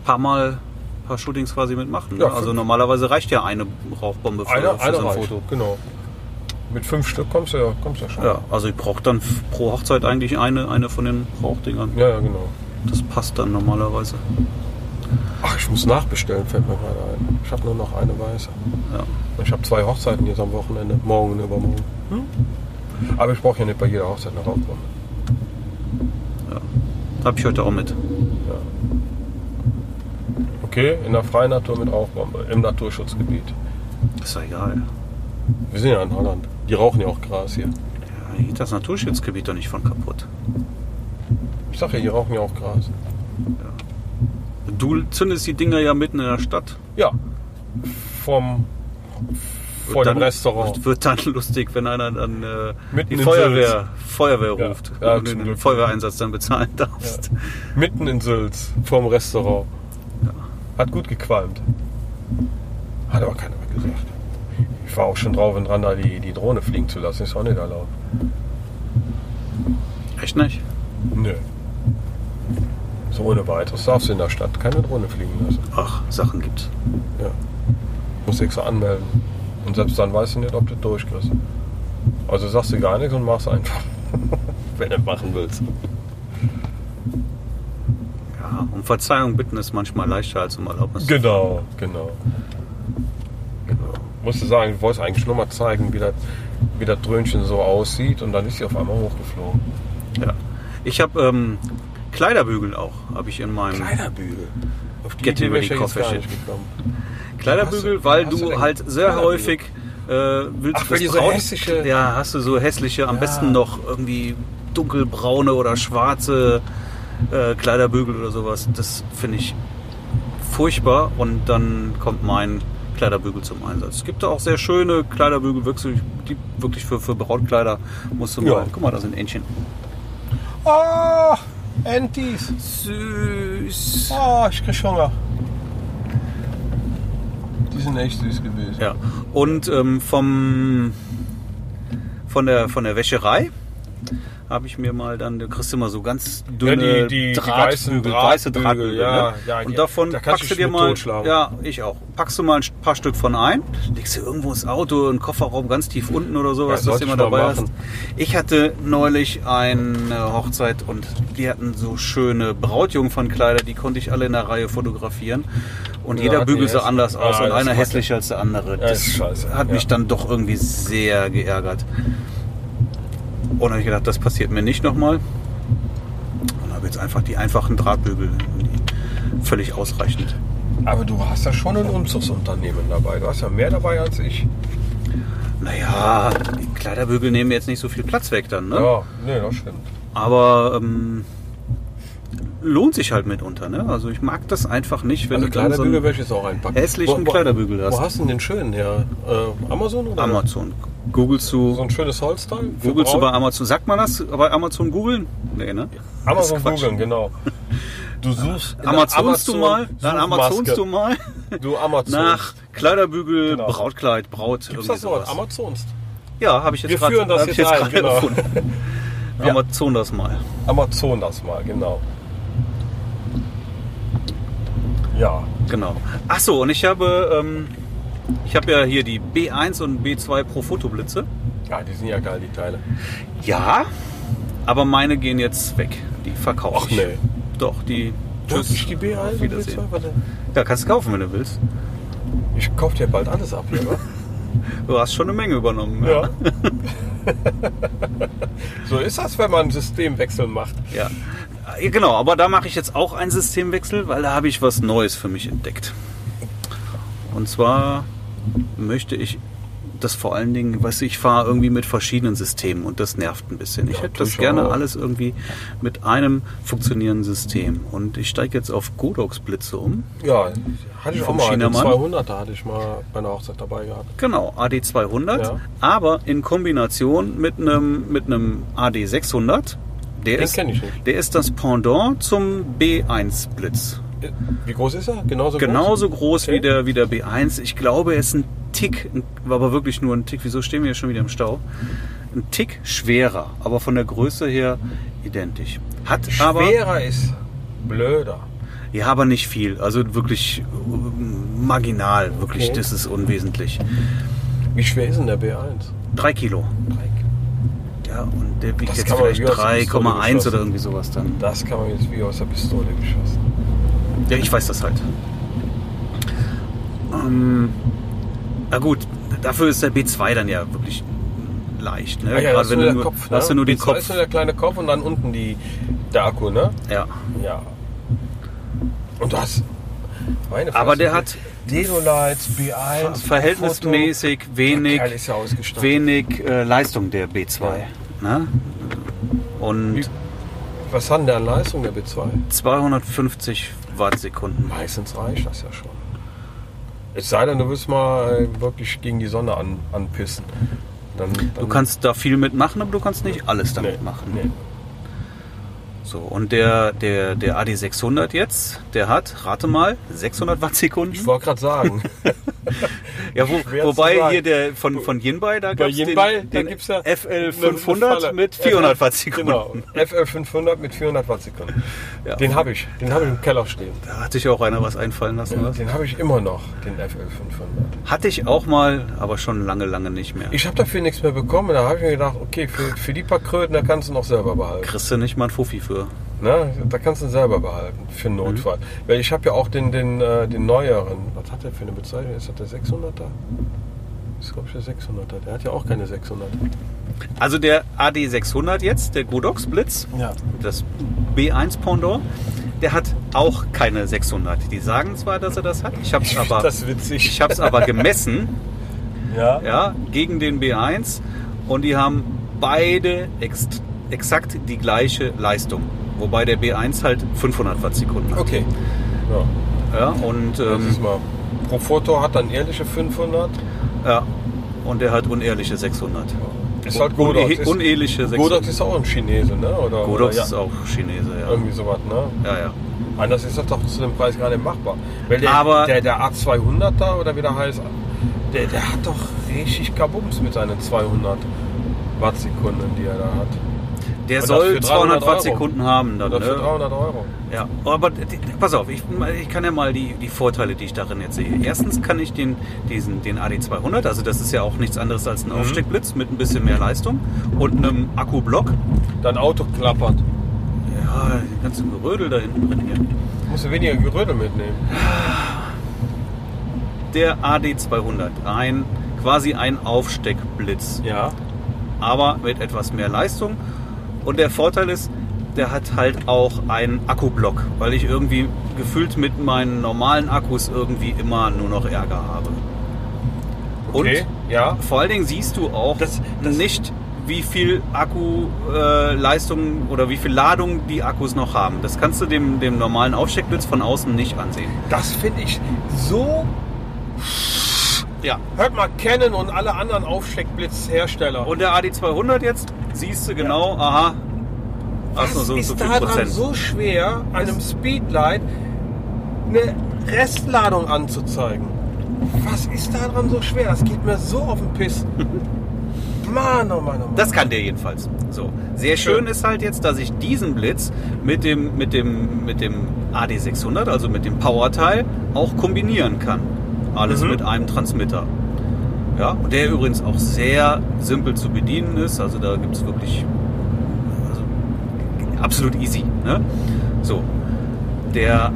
A: paar Mal paar Shootings quasi mitmachen.
B: Ja,
A: ne? Also
B: fünf.
A: normalerweise reicht ja eine Rauchbombe für,
B: Einer,
A: für
B: einer
A: so ein
B: reicht,
A: Foto.
B: genau. Mit fünf Stück kommst du ja, kommst du ja schon.
A: Ja, also ich brauche dann f- pro Hochzeit eigentlich eine, eine von den Rauchdingern.
B: ja, ja, genau.
A: Das passt dann normalerweise.
B: Ach, ich muss nachbestellen, fällt mir gerade ein. Ich habe nur noch eine weiße.
A: Ja.
B: Und Ich habe zwei Hochzeiten jetzt am Wochenende, morgen und übermorgen.
A: Hm?
B: Aber ich brauche ja nicht bei jeder Hochzeit eine Rauchbombe.
A: Hab ich heute auch mit.
B: Okay, in der freien Natur mit Rauchbombe, im Naturschutzgebiet.
A: Ist ja egal.
B: Wir sind ja in Holland. Die rauchen ja auch Gras hier.
A: Ja, hier geht das Naturschutzgebiet doch nicht von kaputt.
B: Ich sag ja, die rauchen ja auch Gras.
A: Du zündest die Dinger ja mitten in der Stadt.
B: Ja. Vom,
A: Wird
B: vor dem
A: dann-
B: Restaurant.
A: Wird dann lustig, wenn einer dann äh,
B: Mitten
A: die
B: im
A: Feuerwehr, Feuerwehr
B: Ja.
A: ruft
B: Ja,
A: und
B: zum
A: den
B: Glück.
A: Feuerwehreinsatz dann bezahlen darfst.
B: Mitten in Sülz, vorm Restaurant.
A: Ja.
B: Hat gut gequalmt. Hat aber keiner mehr gesagt. Ich war auch schon drauf und dran, da die, die Drohne fliegen zu lassen. Ist auch nicht erlaubt.
A: Echt nicht?
B: Nö. So ohne weiteres darfst du in der Stadt keine Drohne fliegen lassen.
A: Ach, Sachen gibt's.
B: Ja. Musst extra anmelden. Und selbst dann weißt du nicht, ob du durchkriegst. Also sagst du gar nichts und machst einfach. Wenn du machen willst.
A: Ja, um Verzeihung bitten ist manchmal leichter als um Erlaubnis.
B: Genau, genau. genau. Musste sagen, ich wollte es eigentlich nur mal zeigen, wie das, wie das Dröhnchen so aussieht und dann ist sie auf einmal hochgeflogen.
A: ja. Ich habe ähm, Kleiderbügel auch, habe ich in meinem
B: Kleiderbügel. Auf die
A: Geht
B: Idee
A: über
B: wäre
A: die
B: ich ja jetzt gar
A: Kofferchen.
B: nicht gekommen.
A: Kleiderbügel,
B: Hast du-
A: weil
B: hast du
A: du
B: denn
A: halt sehr
B: Kleiderbügel?
A: häufig äh, willst
B: Ach, weil
A: das
B: die so
A: Braut-
B: hässliche-
A: Ja, hast du so hässliche, am
B: Ja.
A: besten noch irgendwie dunkelbraune oder schwarze äh, Kleiderbügel oder sowas. Das finde ich furchtbar und dann kommt mein Kleiderbügel zum Einsatz. Es gibt da auch sehr schöne Kleiderbügel, wirklich, die wirklich für, für Brautkleider musst du
B: Ja.
A: mal. Guck mal, da sind Entchen.
B: Ah, Entis.
A: Süß.
B: Ah, ich krieg Hunger. Die sind echt süß gewesen.
A: Ja. Und ähm, vom, von, der, von der Wäscherei habe ich mir mal dann, da kriegst du immer so ganz dünne
B: die- die- die
A: Drahtbügel,
B: weißen
A: weiße
B: Drahtbügel,
A: Drahtbügel.
B: ja,
A: ne?
B: ja,
A: Und
B: die-
A: davon
B: da kannst
A: packst
B: du
A: du
B: dich
A: dir
B: mit
A: mal,
B: totschlagen.
A: ja, ich auch, packst du mal ein paar Stück von ein, legst du irgendwo ins Auto, in den Kofferraum ganz tief unten oder sowas,
B: Ja,
A: dass
B: sollte
A: du immer
B: ich mal
A: dabei hast.
B: machen.
A: Ich hatte neulich eine Hochzeit und die hatten so schöne Brautjungfernkleider, die konnte ich alle in der Reihe fotografieren. Und
B: Ja,
A: jeder
B: hatten die
A: Bügel sah
B: hässlich?
A: anders aus
B: Ah,
A: und
B: das
A: einer
B: mag ich.
A: hässlicher als der andere.
B: Ja,
A: Das
B: ist scheiße.
A: hat mich
B: Ja.
A: dann doch irgendwie sehr geärgert. Und habe ich gedacht, das passiert mir nicht nochmal. Und habe jetzt einfach die einfachen Drahtbügel. die Völlig ausreichend.
B: Aber du hast ja schon ein Umzugsunternehmen dabei. Du hast ja mehr dabei als ich.
A: Naja, die Kleiderbügel nehmen jetzt nicht so viel Platz weg dann, ne?
B: Ja, nee, das stimmt.
A: Aber ähm, lohnt sich halt mitunter, ne? Also ich mag das einfach nicht, wenn
B: Also
A: du dann so
B: Kleiderbügel
A: einen
B: werde ich jetzt auch einpacken.
A: hässlichen Kleiderbügel
B: Wo
A: hast.
B: hast du denn den schönen her? Äh, Amazon oder?
A: Amazon. Googlest du,
B: So ein schönes Holzteil? für
A: googelst du bei
B: Braut?
A: Amazon, sagt man das bei Amazon googeln? Nee, ne?
B: Amazon
A: ist Quatsch.
B: googeln, genau. Du suchst. in der
A: Amazonst du mal,
B: Amazon-Suchmaske.
A: dann Amazonst du mal
B: Du Amazon.
A: nach Kleiderbügel,
B: Genau.
A: Brautkleid, Braut,
B: Gibt's
A: irgendwie
B: das Wort?
A: sowas.
B: Amazonst.
A: ja, habe ich jetzt
B: Wir
A: gerade
B: führen das
A: hab ich
B: jetzt ein,
A: gerade
B: genau.
A: gefunden.
B: Ja.
A: Amazon das mal.
B: Amazon das mal, genau. Ja.
A: Genau. Ach so, und ich habe, ähm, ich habe ja hier die B1 und B2 Pro Fotoblitze.
B: Ja, die sind ja geil, die Teile.
A: Ja, aber meine gehen jetzt weg. Die verkaufe
B: Ach,
A: ich.
B: nee.
A: Doch, die Tschüss.
B: Wirklich die B
A: Auf
B: ein?
A: Wiedersehen. Ja, kannst du kaufen, wenn du willst.
B: Ich kaufe dir bald alles ab hier, wa?
A: Du hast schon eine Menge übernommen.
B: Ja. so ist das, wenn man einen Systemwechsel macht.
A: Ja. Ja, Genau, aber da mache ich jetzt auch einen Systemwechsel, weil da habe ich was Neues für mich entdeckt. Und zwar möchte ich das vor allen Dingen, weißt du, ich fahre irgendwie mit verschiedenen Systemen und das nervt ein bisschen. Ich
B: Ja,
A: hätte
B: tu
A: das
B: ich
A: gerne
B: auch.
A: alles irgendwie mit einem funktionierenden System. Und ich steige jetzt auf Godox-Blitze um.
B: Ja, hatte ich
A: Vom
B: auch mal. Den
A: Chinamann?
B: 200er hatte ich mal bei einer Hochzeit dabei gehabt.
A: Genau, AD200,
B: Ja.
A: aber in Kombination mit einem mit einem AD600. Der
B: Den
A: ist,
B: kenn ich nicht.
A: Der ist das Pendant zum B1-Blitz.
B: Äh, Wie groß ist er? Genauso groß?
A: Genauso groß
B: Okay.
A: wie, der, wie der B1. Ich glaube, er ist ein Tick, aber wirklich nur ein Tick. Wieso stehen wir hier schon wieder im Stau? Ein Tick schwerer, aber von der Größe her identisch. Hat aber.
B: Schwerer ist blöder.
A: Ja, aber nicht viel. Also wirklich ähm, marginal. Wirklich,
B: Okay.
A: das ist unwesentlich.
B: Wie schwer ist denn der B1?
A: Drei Kilo. Ja, und der wiegt
B: Das
A: jetzt
B: kann man
A: vielleicht
B: wie aus der Pistole
A: 3,1
B: geschossen.
A: oder irgendwie sowas dann.
B: Das kann man jetzt wie aus der Pistole geschossen.
A: Ja, ich weiß das halt. Ähm, na gut, dafür ist der B2 dann ja wirklich leicht. Ne?
B: Ah ja,
A: Gerade
B: das ist
A: wenn
B: nur
A: du
B: der Kopf.
A: da hast du nur den
B: B2
A: Kopf.
B: ist nur der kleine Kopf und dann unten die, der Akku, ne?
A: Ja.
B: Ja. Und das. Meine
A: Aber
B: Fresse,
A: der hat
B: Dedolites, B1.
A: verhältnismäßig wenig,
B: Der Kerl ist ja ausgestattet.
A: wenig äh, Leistung der B2. Ne? Und
B: Wie- Was hat denn der an Leistung, der B2?
A: 250 Wattsekunden.
B: Meistens reicht das ja schon. Es sei denn, du willst mal äh, wirklich gegen die Sonne an, anpissen. Dann, dann
A: Du kannst da viel mitmachen, aber du kannst nicht alles damit machen.
B: Nee.
A: So, und der, der, der AD600 jetzt, der hat, rate mal, 600 Wattsekunden.
B: Ich wollte gerade sagen,
A: Ja, wo,
B: Schwer zu
A: wobei
B: sagen.
A: hier der von, von Yinbei, da
B: bei
A: gab's
B: Yinbei,
A: den,
B: da
A: den
B: gibt es ja
A: FL
B: eine
A: 500
B: Falle.
A: mit 400 Watt Sekunden.
B: Genau, FL 500 mit 400 Watt Sekunden.
A: Ja.
B: Den habe ich, den habe ich im Keller stehen.
A: Da hat sich auch einer was einfallen lassen. Was?
B: Den habe ich immer noch, den FL 500.
A: Hatte ich auch mal, aber schon lange, lange nicht mehr.
B: Ich habe dafür nichts mehr bekommen. Da habe ich mir gedacht, okay, für, für die paar Kröten, da kannst du noch selber behalten.
A: Kriegst du nicht mal ein Fuffi für.
B: Ne? Da kannst du selber behalten, für einen Notfall. Weil ich habe ja auch den, den, äh, den neueren. Was hat der für eine Bezeichnung? Ist das der 600er? Ist, glaube ich, der 600er. Der hat ja auch keine 600.
A: Also der AD600 jetzt, der Godox Blitz,
B: Ja.
A: das B1 Pendant, der hat auch keine 600. Die sagen zwar, dass er das hat, ich hab's aber,
B: das ist witzig.
A: ich hab's aber gemessen
B: Ja.
A: ja, gegen den B1 und die haben beide ex exakt die gleiche Leistung. Wobei der B1 halt 500 Watt Sekunden hat.
B: Okay. Ja.
A: Ja, und,
B: Das
A: ähm,
B: ist mal. Profoto hat dann ehrliche 500.
A: ja, und der hat unehrliche 600.
B: Ist halt
A: Une-
B: Godox. Ist-
A: Unehrliche 600.
B: Godox ist auch ein Chinese, ne? Oder,
A: Godox
B: oder,
A: ist
B: ja.
A: auch Chinese, ja.
B: Irgendwie sowas, ne?
A: ja, ja.
B: Anders ist das doch zu dem Preis gar nicht machbar. Weil der,
A: Aber-
B: der, der A200 da oder wie der heißt, der, der hat doch richtig Kabums mit seinen 200 Wattsekunden, die er da hat.
A: Der
B: Und
A: soll
B: das für
A: 200
B: 300
A: Watt
B: Euro.
A: Sekunden haben dann,
B: Oder für
A: ne?
B: 300 Euro.
A: Ja, aber d- d- pass auf, ich, ich kann ja mal die, die Vorteile, die ich darin jetzt sehe. Erstens kann ich den, diesen, den AD200, also das ist ja auch nichts anderes als ein Aufsteckblitz mit ein bisschen mehr Leistung und einem Akkublock.
B: Dein Auto klappert.
A: Ja, den ganzen Gerödel da hinten drin hier.
B: Musst du weniger Gerödel mitnehmen.
A: Der AD200, ein, quasi ein Aufsteckblitz,
B: Ja.
A: aber mit etwas mehr Leistung. Und der Vorteil ist, der hat halt auch einen Akkublock, weil ich irgendwie gefühlt mit meinen normalen Akkus irgendwie immer nur noch Ärger habe.
B: Okay. Ja.
A: Vor allen Dingen siehst du auch
B: Das- das-
A: nicht, wie viel Akkuleistung äh, Leistung oder wie viel Ladung die Akkus noch haben. Das kannst du dem, dem normalen Aufsteckblitz von außen nicht ansehen.
B: Das finde ich so.
A: Ja.
B: Hört mal Canon und alle anderen Aufsteckblitzhersteller.
A: Und der AD200 jetzt siehst du genau, aha, hast nur
B: Was
A: so, und
B: ist
A: so viel
B: daran
A: Prozent.
B: so schwer, einem Speedlight eine Restladung anzuzeigen? Was ist daran so schwer? Das geht mir so auf den Piss. Mann, oh Mann, oh Mann.
A: Das kann der jedenfalls. So. Sehr schön.
B: Schön.
A: ist halt jetzt, dass ich diesen Blitz mit dem, mit dem, mit dem AD600, also mit dem Powerteil, auch kombinieren kann. Alles
B: Mhm.
A: mit einem Transmitter. Ja, und der übrigens auch sehr simpel zu bedienen ist. Also da gibt es wirklich also, absolut easy. Ne? So. der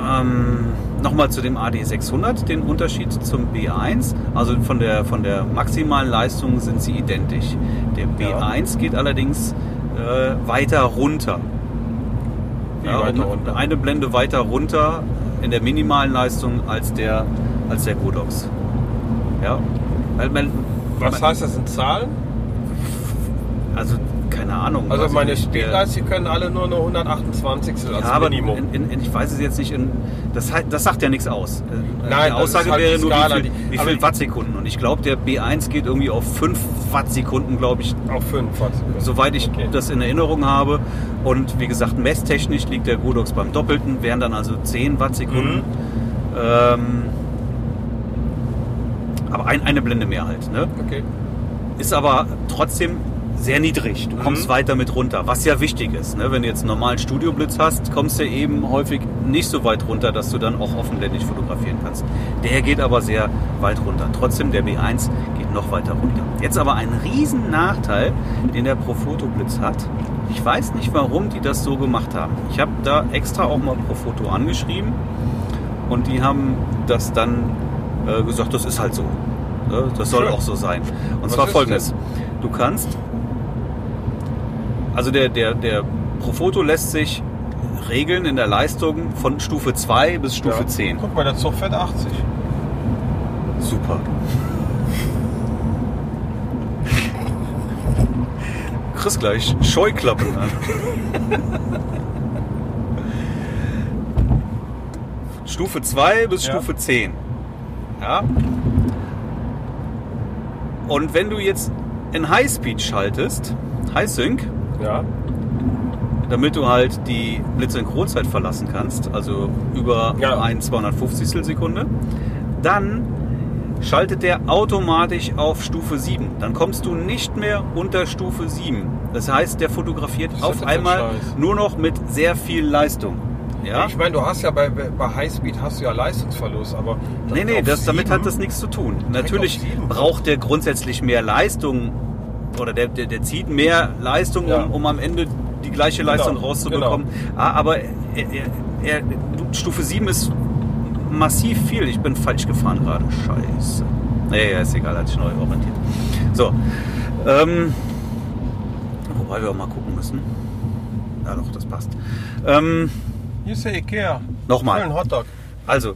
A: ähm, nochmal zu dem AD600 den Unterschied zum B1. Also von der, von der maximalen Leistung sind sie identisch. Der
B: Ja.
A: B1 geht allerdings äh, weiter runter.
B: Wie
A: Ja,
B: weiter
A: um,
B: runter?
A: Eine Blende weiter runter in der minimalen Leistung als der, als der Godox. Ja. Weil man,
B: Was
A: man,
B: heißt das in Zahlen?
A: Also keine Ahnung.
B: Also
A: weiß ich
B: meine
A: nicht. Der-
B: Speedlights, die können alle nur eine 128 als
A: Ja, aber
B: also Minimum.
A: in, in, in, ich weiß es jetzt nicht. In, das, hei- das sagt ja nichts aus. Äh,
B: Nein,
A: die
B: das ist
A: Aussage
B: halt die
A: wäre nur,
B: Skala,
A: wie viel,
B: die-
A: wie
B: aber
A: viel
B: die-
A: Wattsekunden. Und ich glaube, der B1 geht irgendwie auf 5 Wattsekunden, glaube ich,
B: Auf 5
A: soweit ich
B: okay.
A: das in Erinnerung habe. Und wie gesagt, messtechnisch liegt der Godox beim Doppelten, wären dann also 10 Wattsekunden.
B: Mhm.
A: Ähm, aber ein, eine Blende mehr halt. Ne?
B: Okay.
A: ist aber trotzdem sehr niedrig. Du kommst
B: Mhm.
A: weiter mit runter, was ja wichtig ist. Ne? Wenn du jetzt einen normalen Studioblitz hast, kommst du eben häufig nicht so weit runter, dass du dann auch offenländig fotografieren kannst. Der geht aber sehr weit runter. Trotzdem, der B1 geht noch weiter runter. Jetzt aber ein riesen Nachteil, den der Profoto-Blitz hat. Ich weiß nicht, warum die das so gemacht haben. Ich habe da extra auch mal Profoto angeschrieben und die haben das dann äh, gesagt, das ist halt so. Ne? Das soll
B: Schön.
A: auch so sein. Und
B: Was
A: zwar
B: ist
A: folgendes. Du kannst, also der, der, der Profoto lässt sich regeln in der Leistung von Stufe 2 bis Stufe
B: Ja.
A: 10.
B: Guck mal, der Zug fährt 80.
A: Super. Chris gleich Scheuklappen an. Stufe 2 bis
B: Ja.
A: Stufe 10. Ja. Und wenn du jetzt in Highspeed schaltest, Highsync,
B: Ja.
A: damit du halt die Blitzsynchronzeit verlassen kannst, also über
B: Ja.
A: ein 250 Sekunde, dann schaltet der automatisch auf Stufe 7. Dann kommst du nicht mehr unter Stufe 7. Das heißt, der fotografiert
B: Was ist das
A: auf
B: denn für ein
A: einmal
B: Scheiß?
A: nur noch mit sehr viel Leistung. Ja?
B: Ich meine, du hast ja bei, bei Highspeed hast du ja Leistungsverlust, aber
A: Nee, nee,
B: auf
A: das, damit
B: sieben-
A: hat das nichts zu tun. Natürlich
B: auf sieben.
A: braucht der grundsätzlich mehr Leistung oder der, der, der zieht mehr Leistung,
B: Ja.
A: um, um am Ende die gleiche Leistung
B: Genau,
A: rauszubekommen. Ah, aber er, er, er, Stufe 7 ist massiv viel. Ich bin falsch gefahren gerade. Scheiße. Nee, ja, ist egal, hat sich neu orientiert. So. Ähm, wobei wir auch mal gucken müssen. Ja doch, das passt. Ähm,
B: Hier ist der Ikea.
A: Nochmal.
B: Schön Hotdog.
A: also,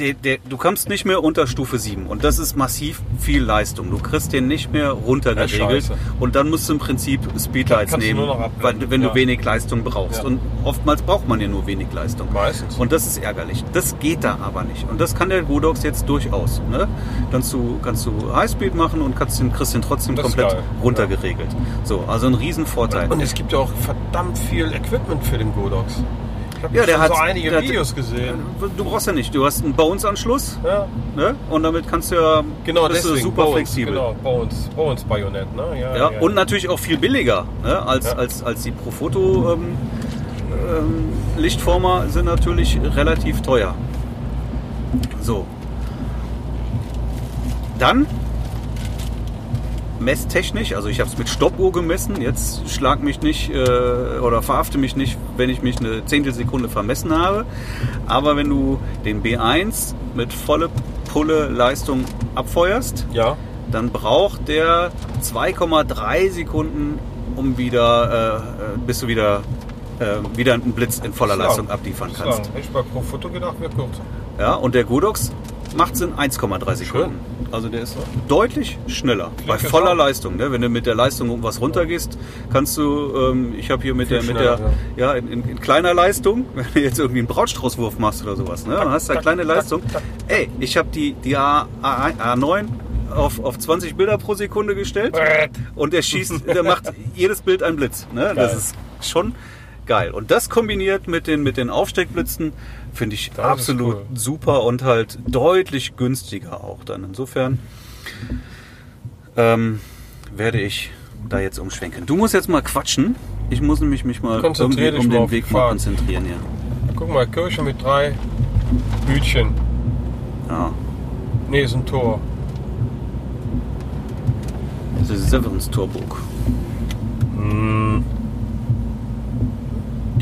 A: de, de, du kommst nicht mehr unter Stufe 7 und das ist massiv viel Leistung. Du kriegst den nicht mehr
B: Ja,
A: runtergeregelt
B: scheiße.
A: und dann musst du im Prinzip Speedlights
B: Kannst du
A: nehmen,
B: nur noch abblenden,
A: weil, wenn
B: ja.
A: du wenig Leistung brauchst.
B: Ja.
A: Und oftmals braucht man ja nur wenig Leistung.
B: Meistens.
A: Und das ist ärgerlich. Das geht da aber nicht. Und das kann der Godox jetzt durchaus. Ne? Kannst, du, kannst du Highspeed machen und kannst den, kriegst den trotzdem
B: Das ist
A: komplett
B: geil.
A: runtergeregelt. So, also ein Riesenvorteil.
B: Und es gibt ja auch verdammt viel Equipment für den Godox. Ich habe
A: Ja, der
B: schon so
A: hat-
B: einige
A: der hat-
B: Videos gesehen.
A: Du brauchst ja nicht. Du hast einen Bones-Anschluss.
B: Ja,
A: Ne? Und damit kannst du ja
B: genau,
A: bist du
B: deswegen.
A: super
B: Bones,
A: flexibel.
B: Genau, Bones, Bones Bajonett, ne? Ja,
A: Ja, und natürlich auch viel billiger ne? als,
B: Ja.
A: als, als die Profoto ähm, ähm, Lichtformer sind natürlich relativ teuer. So. Dann messtechnisch, also ich habe es mit Stoppuhr gemessen, jetzt schlag mich nicht äh, oder verhafte mich nicht, wenn ich mich eine Zehntelsekunde vermessen habe. Aber wenn du den B1 mit volle Pulle Leistung abfeuerst,
B: Ja,
A: dann braucht der 2,3 Sekunden, um wieder, äh, äh, bis du wieder, äh, wieder einen Blitz in voller
B: Ist lang.
A: Leistung abliefern
B: ist lang.
A: kannst.
B: Hätte ich bei Pro Foto gedacht, wäre kürzer.
A: Ja, und der Godox macht es in 1,3 Sekunden. Also der ist deutlich schneller, bei
B: Klingt
A: voller
B: genau.
A: Leistung. Ne? Wenn du mit der Leistung irgendwas runtergehst, kannst du, ähm, ich habe hier mit
B: Viel
A: der, mit
B: schneller,
A: der ja, in, in, in kleiner Leistung, wenn du jetzt irgendwie einen Brautstraußwurf machst oder sowas, ne? dann hast du eine
B: tack,
A: kleine
B: tack,
A: Leistung.
B: tack.
A: Ey, ich habe die, die A, A, A9 auf, auf 20 Bilder pro Sekunde gestellt und der schießt, der macht jedes Bild einen Blitz. Ne? Das
B: Geil.
A: ist schon geil. Und das kombiniert mit den, mit den Aufsteckblitzen finde ich
B: Das ist
A: absolut
B: cool.
A: super und halt deutlich günstiger auch dann. Insofern ähm, werde ich da jetzt umschwenken. Du musst jetzt mal quatschen. Ich muss nämlich mich mal
B: Konzentrier
A: irgendwie
B: dich
A: um
B: mal
A: den
B: auf die
A: Weg mal
B: Fahrt.
A: konzentrieren. Ja.
B: Guck mal, Kirche mit drei Hütchen.
A: ja.
B: Nee, ist ein Tor.
A: Das ist Severins Torburg.
B: Hm.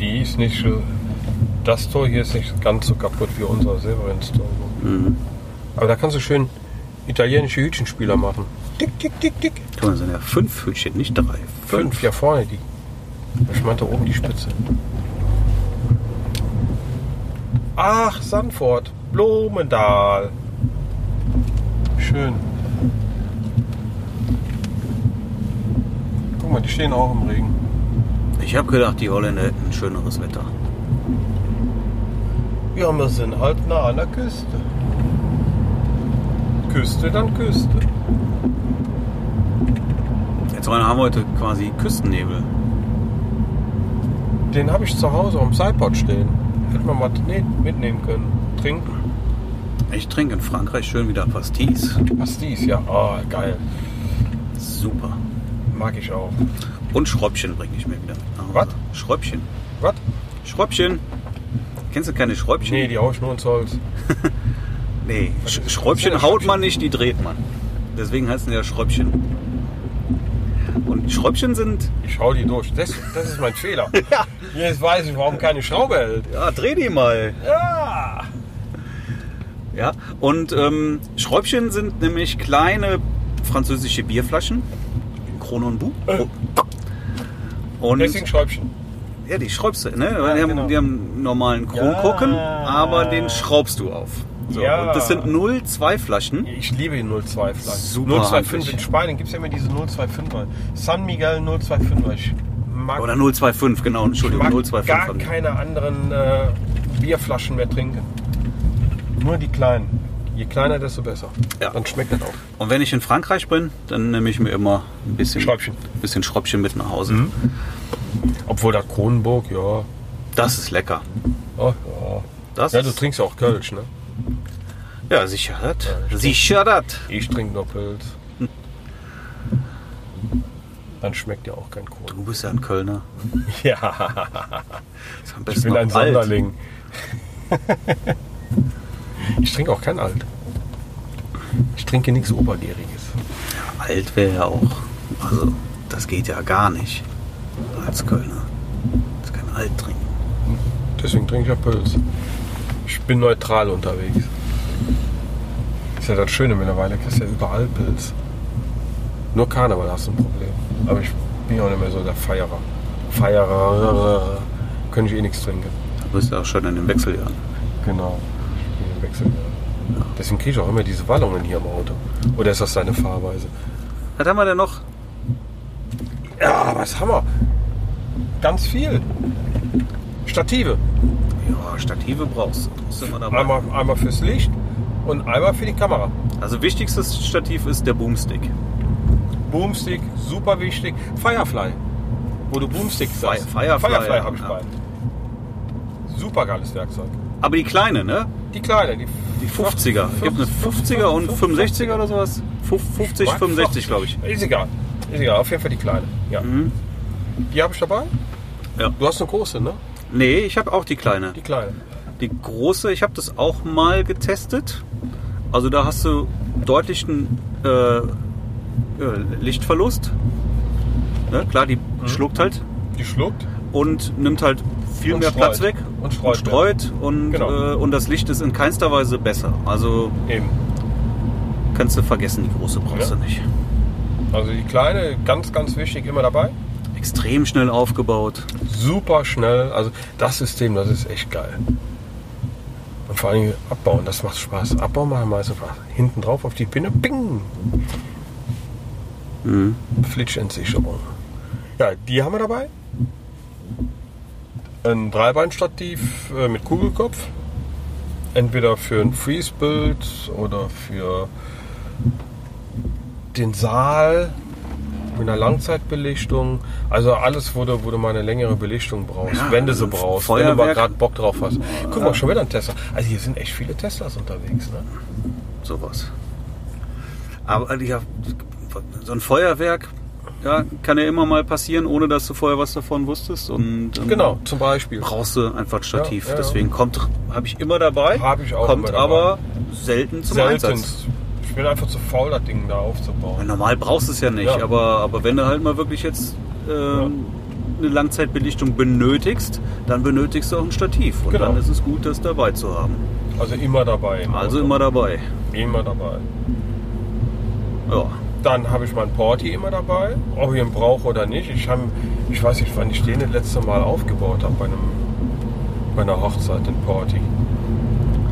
B: ist nicht. äh, Das Tor hier ist nicht ganz so kaputt wie unser Severin's-Tor.
A: Mhm.
B: Aber da kannst du schön italienische Hütchenspieler machen. Tick, tick, tick, tick.
A: Guck mal, das sind ja fünf Hütchen, nicht drei.
B: Fünf, ja vorne die. Ich meinte oben die Spitze. Ach, Sanford, Blumendal. Schön. Guck mal, die stehen auch im Regen.
A: Ich habe gedacht, die Holländer hätten ein schöneres Wetter.
B: Ja, wir sind halt nah an der Küste. Küste, dann Küste.
A: Jetzt haben wir heute quasi Küstennebel.
B: Den habe ich zu Hause am Sideboard stehen. Hätte man mal ne- mitnehmen können. Trinken.
A: Ich trinke in Frankreich schön wieder Pastis.
B: Pastis, ja. Ah, geil.
A: Super.
B: Mag ich auch.
A: Und Schräubchen bringe ich mir wieder mit nach Hause.
B: Was?
A: Schräubchen.
B: Was?
A: Schräubchen. Kennst du keine Schräubchen?
B: Nee, die haue ich nur ins Holz.
A: Nee,
B: Was
A: Sch
B: ist- was
A: Schräubchen
B: ist denn
A: haut man nicht, die dreht man. Deswegen heißen die ja Schräubchen. Und Schräubchen sind,
B: Ich hau die durch. Das, das ist mein Fehler. Jetzt weiß ich, warum keine Schraube hält.
A: ja, dreh die mal.
B: Ja.
A: Ja, und ähm, Schräubchen sind nämlich kleine französische Bierflaschen. Kronon Bu.
B: Äh.
A: Und
B: Deswegen Schräubchen.
A: ja, die schraubst du, ne? Weil
B: Ja,
A: die, haben,
B: genau.
A: die haben einen normalen Kronkorken,
B: Ja.
A: aber den schraubst du auf. So,
B: Ja.
A: und das sind 0,2 Flaschen.
B: Ich liebe die 02 Flaschen.
A: Super
B: 025
A: handlich.
B: in Spanien gibt es ja immer diese 025er. San Miguel 025er. Ich mag,
A: Oder 0,25, genau,
B: ich
A: Entschuldigung,
B: mag
A: 0,25.
B: gar
A: haben die.
B: keine anderen äh, Bierflaschen mehr trinken. Nur die kleinen. Je kleiner, desto besser.
A: Ja.
B: Dann schmeckt das auch.
A: Und wenn ich in Frankreich bin, dann nehme ich mir immer ein bisschen
B: Schräubchen.
A: ein bisschen Schräubchen mit nach Hause.
B: Mhm. Obwohl das Kronenburg, ja.
A: Das ist lecker.
B: Ach, Oh, ja.
A: Das
B: ja, du
A: ist-
B: trinkst ja auch Kölsch, ne?
A: Ja, sicher das. sicher das.
B: Ich trinke nur Pilz. Dann schmeckt ja auch kein Kohl.
A: Du bist ja ein Kölner.
B: Ja,
A: Ist am
B: ich
A: besten
B: bin
A: noch alt.
B: ein Sonderling. ich trinke auch kein Alt. Ich trinke nichts Obergäriges.
A: Alt wäre ja auch. Also, das geht ja gar nicht. Als Kölner. Das kann alt trinken.
B: Deswegen trinke ich ja Pilz. Ich bin neutral unterwegs. Ist ja das Schöne mittlerweile, kriegst ja überall Pilz. Nur Karneval hast du ein Problem. Aber ich bin ja auch nicht mehr so der Feierer. Feierer, könnte ich eh nichts trinken.
A: Da bist du auch schon in den Wechseljahren.
B: Genau. Ich bin im Wechsel. ja. Deswegen kriege ich auch immer diese Wallungen hier im Auto. Oder ist das deine Fahrweise?
A: Was haben wir denn noch?
B: Ja, was haben wir? Ganz viel. Stative.
A: Ja, Stative brauchst du. Das Sind wir dabei.
B: Einmal, einmal fürs Licht und einmal für die Kamera.
A: Also, wichtigstes Stativ ist der Boomstick.
B: Boomstick, super wichtig. Firefly. Wo du Boomstick
A: Fi-
B: sagst.
A: Firefly,
B: Firefly habe ich
A: ja.
B: bei. Super geiles Werkzeug.
A: Aber die kleine, ne?
B: Die kleine, die,
A: Die 50er. Gibt eine 50er und 65er oder sowas? Fuf- 50, 65, glaube ich.
B: Ist egal. Ist egal, auf jeden Fall die kleine. Ja.
A: Mhm.
B: Die habe ich dabei?
A: Ja.
B: Du hast eine große, ne?
A: Nee, ich habe auch die kleine.
B: Die kleine.
A: Die große, ich habe das auch mal getestet. Also da hast du deutlichen äh, äh, Lichtverlust. Ne? Klar, die
B: Mhm.
A: schluckt halt
B: Die schluckt.
A: und nimmt halt viel
B: Und
A: mehr
B: streut.
A: Platz weg
B: Und streut
A: und, streut und,
B: Genau.
A: äh, und das Licht ist in keinster Weise besser. Also
B: Eben.
A: kannst du vergessen, die große brauchst
B: Ja.
A: du nicht.
B: Also die kleine, ganz, ganz wichtig, immer dabei.
A: Extrem schnell aufgebaut.
B: Super schnell. Also das System, das ist echt geil. Und vor allem abbauen, das macht Spaß. Abbauen macht am meisten Spaß. Hinten drauf auf die Pinne, ping!
A: Mhm.
B: Flitschentsicherung. Ja, die haben wir dabei. Ein Dreibeinstativ äh, mit Kugelkopf. Entweder für ein Freeze-Bild oder für den Saal mit einer Langzeitbelichtung. Also alles, wo du, wo du mal eine längere Belichtung brauchst,
A: Ja,
B: wenn du sie
A: ein
B: brauchst, wenn du mal
A: Feuerwerk.
B: gerade Bock drauf hast. Guck mal, schon wieder ein Tesla. Also hier sind echt viele Teslas unterwegs. Ne?
A: Mhm. sowas. Aber äh, ja, so ein Feuerwerk ja, kann ja immer mal passieren, ohne dass du vorher was davon wusstest. Und ähm,
B: Genau, zum Beispiel.
A: brauchst du einfach ein Stativ.
B: Ja, ja, ja.
A: Deswegen kommt, habe ich immer dabei,
B: Hab ich auch
A: kommt
B: immer dabei.
A: aber selten zum Einsatz.
B: Seltenst. Ich bin einfach zu faul, das Ding da
A: Weil
B: aufzubauen.
A: Normal brauchst du es ja nicht,
B: Ja.
A: Aber, aber wenn du halt mal wirklich jetzt ähm, eine Langzeitbelichtung benötigst, dann benötigst du auch ein Stativ. Und
B: Genau.
A: dann ist es gut, das dabei zu haben.
B: Also immer dabei. im
A: Also
B: Auto.
A: immer dabei.
B: immer dabei.
A: Ja.
B: Dann habe ich mein Porti immer dabei, ob ich ihn brauche oder nicht. Ich, hab, ich weiß nicht, wann ich den das letzte Mal aufgebaut habe bei, einem, bei einer Hochzeit, den Porti.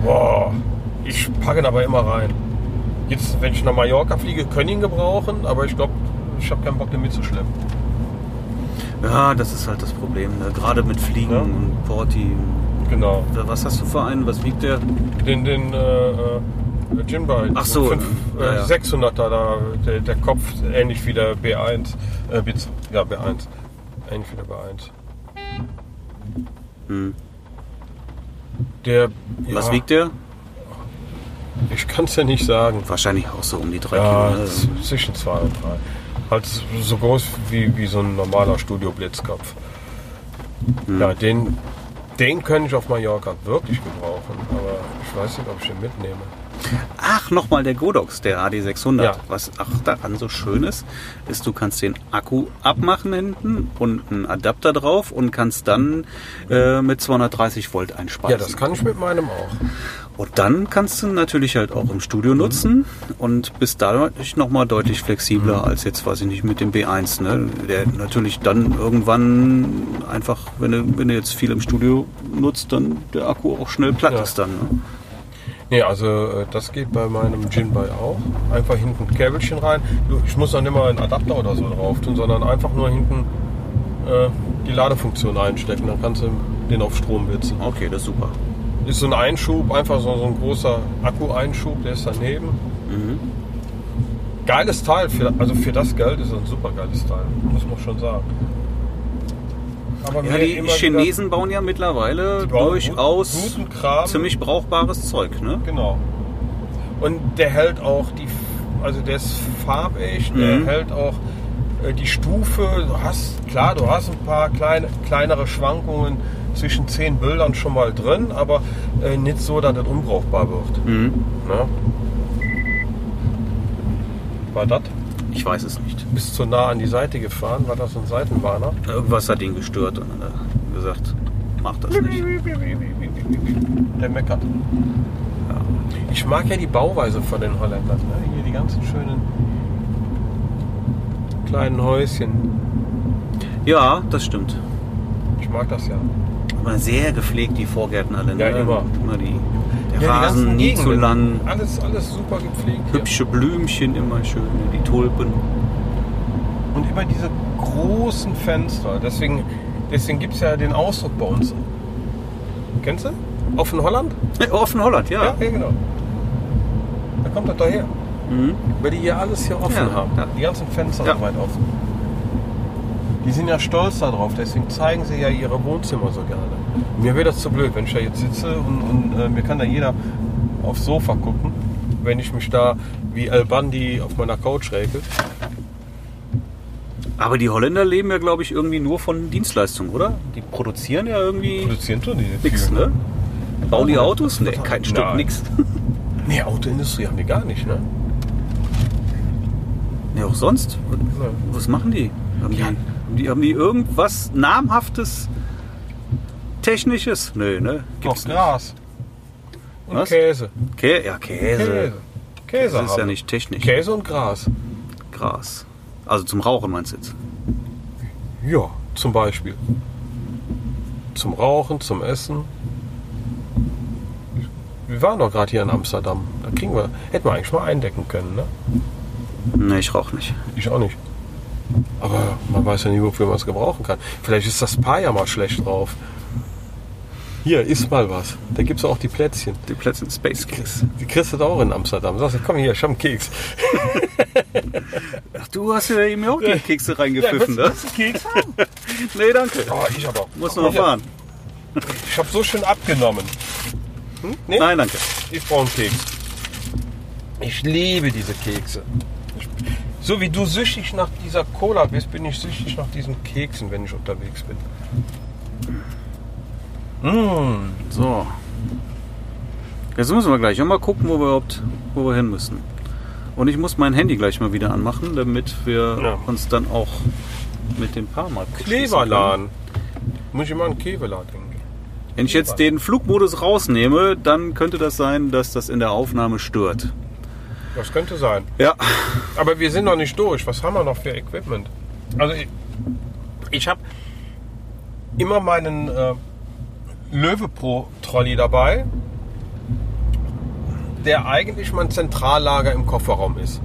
B: Boah, ich packe ihn aber immer rein. Jetzt, wenn ich nach Mallorca fliege, können ihn gebrauchen, aber ich glaube, ich habe keinen Bock, den mitzuschleppen.
A: ja, das ist halt das Problem. Ne? Gerade mit Fliegen
B: Ja.
A: und Porti.
B: Genau.
A: Was hast du für einen? Was wiegt der?
B: Den, den äh, äh, Jinbei,
A: Ach so,
B: fünf,
A: ne? Ja,
B: äh,
A: ja.
B: 600er, da, der, der Kopf ähnlich wie der B1. Äh, B2, ja, B1. Ähnlich wie der B1.
A: Hm.
B: Der,
A: Was
B: ja,
A: wiegt der?
B: Ich kann es ja nicht sagen.
A: Wahrscheinlich auch so um die drei
B: Ja,
A: Kilo. ne?
B: z- zwischen zwei und drei. Halt so groß wie, wie so ein normaler Studio-Blitzkopf.
A: Hm.
B: Ja, den, den könnte ich auf Mallorca wirklich gebrauchen. Aber ich weiß nicht, ob ich den mitnehme.
A: Ach, nochmal der Godox, der AD600.
B: Ja.
A: Was ach, daran so schön ist, ist, du kannst den Akku abmachen hinten und einen Adapter drauf und kannst dann äh, mit 230 Volt einspeisen.
B: Ja, das kann ich mit meinem auch.
A: und dann kannst du ihn natürlich halt auch im Studio
B: Mhm.
A: nutzen und bist dadurch nochmal deutlich
B: Mhm.
A: flexibler als jetzt, weiß ich nicht, mit dem B1. Ne? Der natürlich dann irgendwann einfach, wenn du, wenn du jetzt viel im Studio nutzt, dann der Akku auch schnell platt
B: Ja.
A: ist dann. Ne?
B: Nee, also äh, das geht bei meinem Jinbei auch. Einfach hinten ein Käbelchen rein. Du, Ich muss dann nicht mal einen Adapter oder so drauf tun, sondern einfach nur hinten äh, die Ladefunktion einstecken. Dann kannst du den auf Strom witzen.
A: Okay, das ist super.
B: Ist so ein Einschub, einfach so, so ein großer Akku-Einschub, der ist daneben. Mhm. Geiles Teil, für, also für das Geld ist das ein super geiles Teil, muss man schon sagen. Aber
A: Ja,
B: mir
A: die
B: immer
A: Chinesen bauen ja mittlerweile
B: Die bauen
A: durchaus
B: gut- guten Kram.
A: ziemlich brauchbares Zeug, ne?
B: Wieder, genau. Und der hält auch die, also der ist farbecht, der
A: Mhm.
B: hält auch äh, die Stufe. Du hast, klar, du hast ein paar kleine, kleinere Schwankungen zwischen zehn Bildern schon mal drin, aber äh, nicht so, dass das unbrauchbar wird. Na? War das?
A: Ich weiß es nicht.
B: Bist zu nah an die Seite gefahren? War das ein Seitenwarner?
A: Irgendwas hat ihn gestört und dann hat er gesagt, mach das nicht.
B: Der meckert. Ich mag ja die Bauweise von den Holländern. Ne? Hier die ganzen schönen kleinen Häuschen.
A: Ja, das stimmt.
B: Ich mag das ja.
A: Immer sehr gepflegt, die Vorgärten alle.
B: Ja,
A: ne?
B: immer.
A: immer die, der
B: ja, die ganzen
A: Rasen nie zu
B: Gegenden.
A: lang.
B: Alles, alles super gepflegt. Hier.
A: Hübsche Blümchen immer schön, ne? die Tulpen.
B: Und immer diese großen Fenster. Deswegen, deswegen gibt es ja den Ausdruck bei uns. Kennst du? Offen Holland?
A: Offen Holland, ja.
B: ja genau. Da kommt das daher.
A: Mhm.
B: Weil die hier alles hier offen
A: Ja,
B: haben.
A: ja.
B: Die ganzen Fenster
A: Ja.
B: sind weit offen. Die sind ja stolz darauf, deswegen zeigen sie ja ihre Wohnzimmer so gerne. Mir wäre das zu blöd, wenn ich da jetzt sitze und, und äh, mir kann da jeder aufs Sofa gucken, wenn ich mich da wie Al Bundy auf meiner Couch räkel.
A: Aber die Holländer leben ja, glaube ich, irgendwie nur von Dienstleistungen, oder? Die produzieren ja irgendwie
B: Produzieren tun die nicht
A: nichts,
B: viel.
A: ne? Bauen die Autos? Nee,
B: Total.
A: kein Stück,
B: Nein.
A: nix.
B: Nee, Autoindustrie haben die gar nicht, ne?
A: Ja, auch sonst? Was machen die? Haben, die,
B: Ja.
A: haben die, haben die irgendwas namhaftes, technisches? Nö, ne?
B: Gibt's
A: nicht.
B: Gras. Und
A: Was?
B: Käse.
A: Kä ja, Käse.
B: Käse.
A: Das ist ja
B: haben.
A: nicht technisch.
B: Käse und Gras.
A: Gras. Also zum Rauchen meinst du jetzt?
B: Ja, zum Beispiel. Zum Rauchen, zum Essen. Wir waren doch gerade hier in Amsterdam. Da kriegen wir, hätten wir eigentlich mal eindecken können, ne?
A: Nee, ich rauche nicht.
B: Ich auch nicht. Aber man weiß ja nie, wofür man es gebrauchen kann. Vielleicht ist das Paar ja mal schlecht drauf. Hier, isst mal was. Da gibt es auch die Plätzchen.
A: Die Plätze in Space Kings.
B: Die kriegst du doch auch in Amsterdam. Sagst du, komm hier, ich hab einen Keks.
A: Ach, du hast ja eben auch die Kekse reingepfiffen, ne?
B: du Keks
A: Nee, danke.
B: Oh, ich aber.
A: Muss
B: Guck
A: noch
B: mal
A: fahren.
B: hier, Ich hab so schön abgenommen. Hm? Nee?
A: Nein, danke.
B: Ich brauche einen Keks. Ich liebe diese Kekse. Ich, so wie du süchtig nach dieser Cola bist, bin ich süchtig nach diesen Keksen, wenn ich unterwegs bin. Mm.
A: So. Jetzt müssen wir gleich auch mal gucken, wo wir überhaupt wo wir hin müssen. Und ich muss mein Handy gleich mal wieder anmachen, damit wir
B: Ja.
A: uns dann auch mit dem Parma.
B: Kleverladen. Muss ich mal an Keveler denken.
A: Wenn ich jetzt den Flugmodus rausnehme, dann könnte das sein, dass das in der Aufnahme stört.
B: Das könnte sein.
A: Ja,
B: Aber wir sind noch nicht durch. Was haben wir noch für Equipment? Also ich, ich habe immer meinen äh, Löwe Pro Trolley dabei, der eigentlich mein Zentrallager im Kofferraum ist.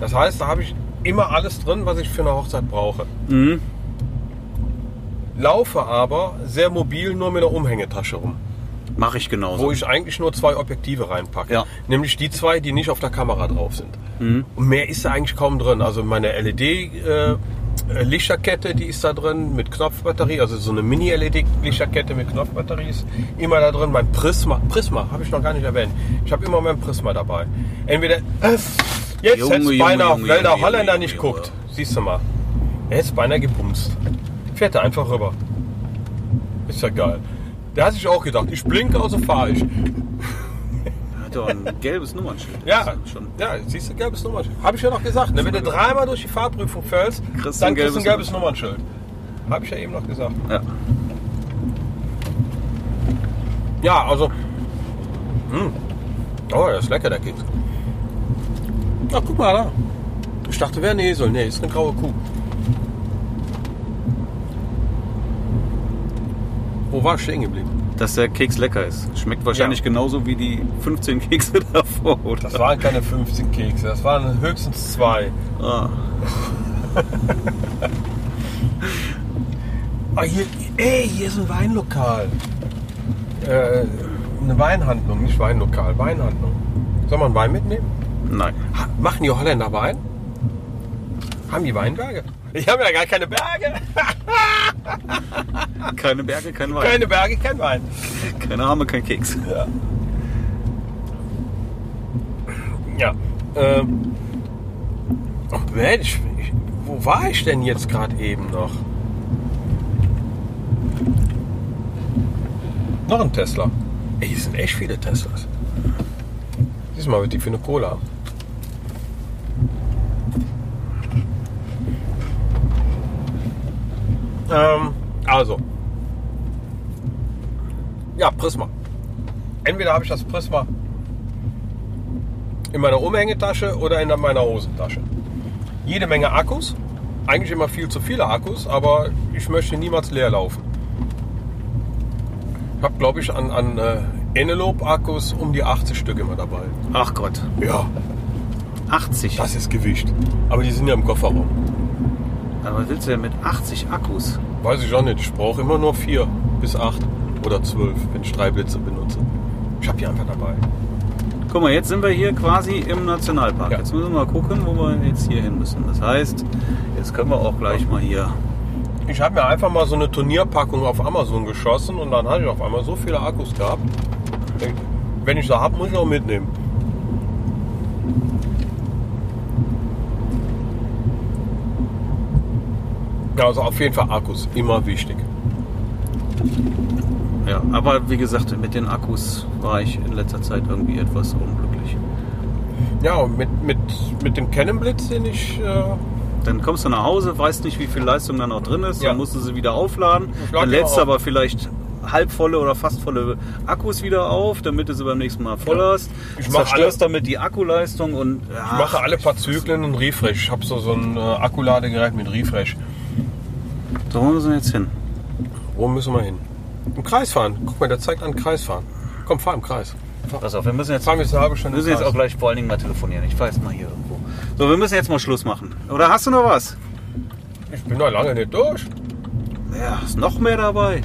B: Das heißt, da habe ich immer alles drin, was ich für eine Hochzeit brauche. Laufe aber sehr mobil nur mit der Umhängetasche rum,
A: mache ich genauso.
B: wo ich eigentlich nur zwei Objektive reinpacke.
A: Ja.
B: Nämlich die zwei, die nicht auf der Kamera drauf sind. Und mehr ist da eigentlich kaum drin. Also meine LED-Lichterkette, äh, die ist da drin mit Knopfbatterie, also so eine Mini-LED-Lichterkette mit Knopfbatterie ist immer da drin. Mein Prisma, Prisma habe ich noch gar nicht erwähnt. Ich habe immer mein Prisma dabei. Entweder äh, jetzt
A: Junge,
B: hätte
A: Junge,
B: es beinahe,
A: Junge,
B: weil der
A: Junge,
B: Holländer
A: Junge,
B: nicht
A: Junge.
B: guckt. Siehst du mal, er hätte es beinahe gepumst. Fährt er einfach rüber. Ist ja geil. Da hat sich auch gedacht, ich blinke, also fahre ich.
A: Hat doch ein gelbes Nummernschild.
B: Ja,
A: Ist schon.
B: ja, siehst du, gelbes Nummernschild. Habe ich ja noch gesagt. Ne? Wenn du dreimal durch die Fahrprüfung fällst,
A: Kriegst du
B: dann
A: ein
B: kriegst du
A: gelbes
B: ein gelbes Nummernschild. Habe ich ja eben noch gesagt.
A: Ja.
B: Ja, also. Hm. Oh, das ist lecker, der Keks. Ach, guck mal da. Ich dachte, wäre ein Esel. Nee, ist eine graue Kuh. Wo war ich stehen geblieben?
A: Dass der Keks lecker ist. Schmeckt wahrscheinlich
B: Ja.
A: genauso wie die 15 Kekse davor, oder?
B: Das waren keine 15 Kekse, das waren höchstens zwei.
A: Ah.
B: Ah, hier, ey, hier ist ein Weinlokal. Äh, eine Weinhandlung, nicht Weinlokal, Weinhandlung. Soll man Wein mitnehmen?
A: Nein.
B: Ha, machen die Holländer Wein? Haben die Weinberge? Ich habe ja gar keine Berge.
A: Keine Berge, kein Wein.
B: Keine Berge, kein Wein.
A: Keine Arme, kein Keks.
B: Ja. Ja. Ähm. Oh Mensch, ich, wo war ich denn jetzt gerade eben noch? Noch ein Tesla. Ey, hier sind echt viele Teslas. Diesmal wird die für eine Cola. Ähm, also. Ja, Prisma entweder habe ich das Prisma in meiner Umhängetasche oder in meiner Hosentasche. Jede Menge Akkus, eigentlich immer viel zu viele Akkus, aber ich möchte niemals leer laufen. Ich habe, glaube ich, an, an äh, Enelope-Akkus um die 80 Stück immer dabei.
A: Ach Gott.
B: Ja,
A: 80.
B: das ist Gewicht. Aber die sind ja im Kofferraum.
A: Aber was willst du denn mit 80 Akkus?
B: Weiß ich auch nicht. Ich brauche immer nur 4 bis 8 oder 12, wenn ich drei Blitze benutze. Ich habe die einfach dabei.
A: Guck mal, jetzt sind wir hier quasi im Nationalpark.
B: Ja.
A: Jetzt müssen wir mal gucken, wo wir jetzt hier hin müssen. Das heißt, jetzt können wir auch gleich mal hier.
B: Ich habe mir einfach mal so eine Turnierpackung auf Amazon geschossen und dann hatte ich auf einmal so viele Akkus gehabt. Denk, Wenn ich da habe, muss ich auch mitnehmen. Ja, Also auf jeden Fall Akkus, immer wichtig.
A: Ja, aber wie gesagt, mit den Akkus war ich in letzter Zeit irgendwie etwas unglücklich.
B: Ja, und mit, mit, mit dem Cannonblitz, den ich... Äh,
A: Dann kommst du nach Hause, weißt nicht, wie viel Leistung da noch drin ist,
B: Ja.
A: dann musst du sie wieder aufladen.
B: lad
A: Dann
B: die
A: lädst
B: mal
A: du
B: auf.
A: aber vielleicht halbvolle oder fast volle Akkus wieder auf, damit du sie beim nächsten Mal voll
B: Ja.
A: hast.
B: Ich mach
A: Zerstörst damit die Akkuleistung und
B: Ich mache alle paar Zyklen einen Refresh. Ich habe so, so ein äh, Akkuladegerät mit Refresh.
A: So, wo müssen wir jetzt hin?
B: Wo müssen wir hin? Im Kreis fahren. Guck mal, der zeigt an Kreis fahren. Komm, fahr im Kreis.
A: Pass auf, wir müssen jetzt
B: Fahren wir jetzt eine halbe Stunde
A: Wir müssen
B: im
A: jetzt
B: Kreis.
A: auch gleich vor allen Dingen mal telefonieren. Ich fahr jetzt mal hier irgendwo. So, wir müssen jetzt mal Schluss machen. Oder hast du noch was?
B: Ich bin noch lange nicht durch.
A: Ja, ist noch mehr dabei.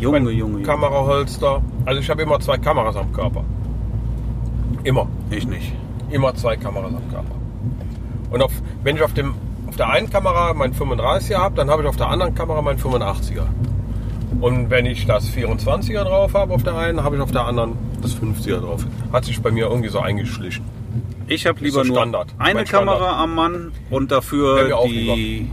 A: Junge, Junge, Junge.
B: Kameraholster. Also ich habe immer zwei Kameras am Körper. Immer.
A: Ich nicht.
B: Immer zwei Kameras am Körper. Und auf, wenn ich auf, dem, auf der einen Kamera mein 35er habe, dann habe ich auf der anderen Kamera mein 85er. Und wenn ich das 24er drauf habe auf der einen, habe ich auf der anderen das 50er drauf. Hat sich bei mir irgendwie so eingeschlichen.
A: Ich habe
B: so
A: lieber nur
B: Standard.
A: eine
B: Mein Standard.
A: Kamera am Mann und
B: Wär
A: dafür
B: mir auch
A: die.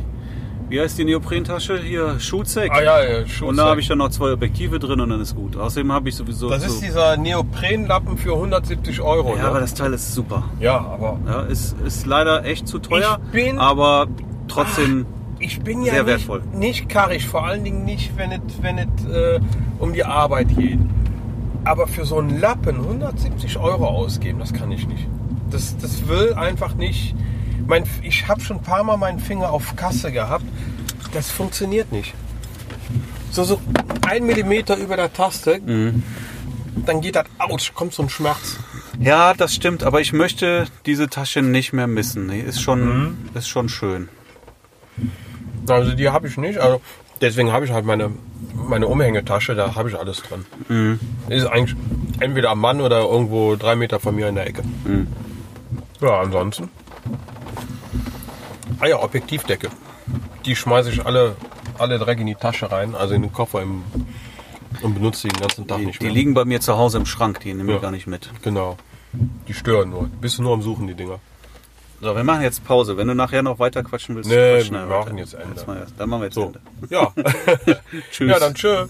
A: Wie heißt die Neoprentasche? Hier, Schuhzeck.
B: Ah ja, ja Schuss.
A: Und da habe ich dann noch zwei Objektive drin und dann ist gut. Außerdem habe ich sowieso.
B: das
A: so,
B: ist dieser Neoprenlappen für 170 Euro.
A: ja,
B: ne?
A: aber das Teil ist super.
B: ja, aber
A: Ja, ist, ist leider echt zu teuer.
B: bin-
A: aber trotzdem
B: ich bin ja
A: Sehr
B: nicht,
A: wertvoll.
B: nicht karrig, vor allen Dingen nicht, wenn es wenn es, äh, um die Arbeit geht. Aber für so einen Lappen 170 Euro ausgeben, das kann ich nicht. Das, das will einfach nicht. Mein, ich habe schon ein paar Mal meinen Finger auf Kasse gehabt. Das funktioniert nicht. So, so ein Millimeter über der Taste,
A: Mhm.
B: dann geht das, ouch, kommt so ein Schmerz.
A: Ja, das stimmt, aber ich möchte diese Tasche nicht mehr missen. Die ist schon,
B: Mhm.
A: ist schon schön.
B: Also die habe ich nicht. Also deswegen habe ich halt meine, meine Umhängetasche, da habe ich alles drin.
A: Mhm.
B: Ist eigentlich entweder am Mann oder irgendwo drei Meter von mir in der Ecke.
A: Mhm.
B: Ja, ansonsten. Ah ja, Objektivdecke. Die schmeiße ich alle, alle Dreck in die Tasche rein, also in den Koffer im, und benutze die den ganzen Tag
A: Die,
B: nicht
A: die
B: mehr.
A: liegen bei mir zu Hause im Schrank, die nehme ich
B: Ja.
A: gar nicht mit.
B: Genau. Die stören nur. Bist du nur am Suchen, die Dinger.
A: So, wir machen jetzt Pause. Wenn du nachher noch weiter quatschen willst,
B: Nee,
A: quatsch
B: wir
A: weiter.
B: machen jetzt Ende.
A: Jetzt mal- Dann machen wir jetzt
B: So.
A: Ende.
B: Ja.
A: Tschüss.
B: ja, dann tschö.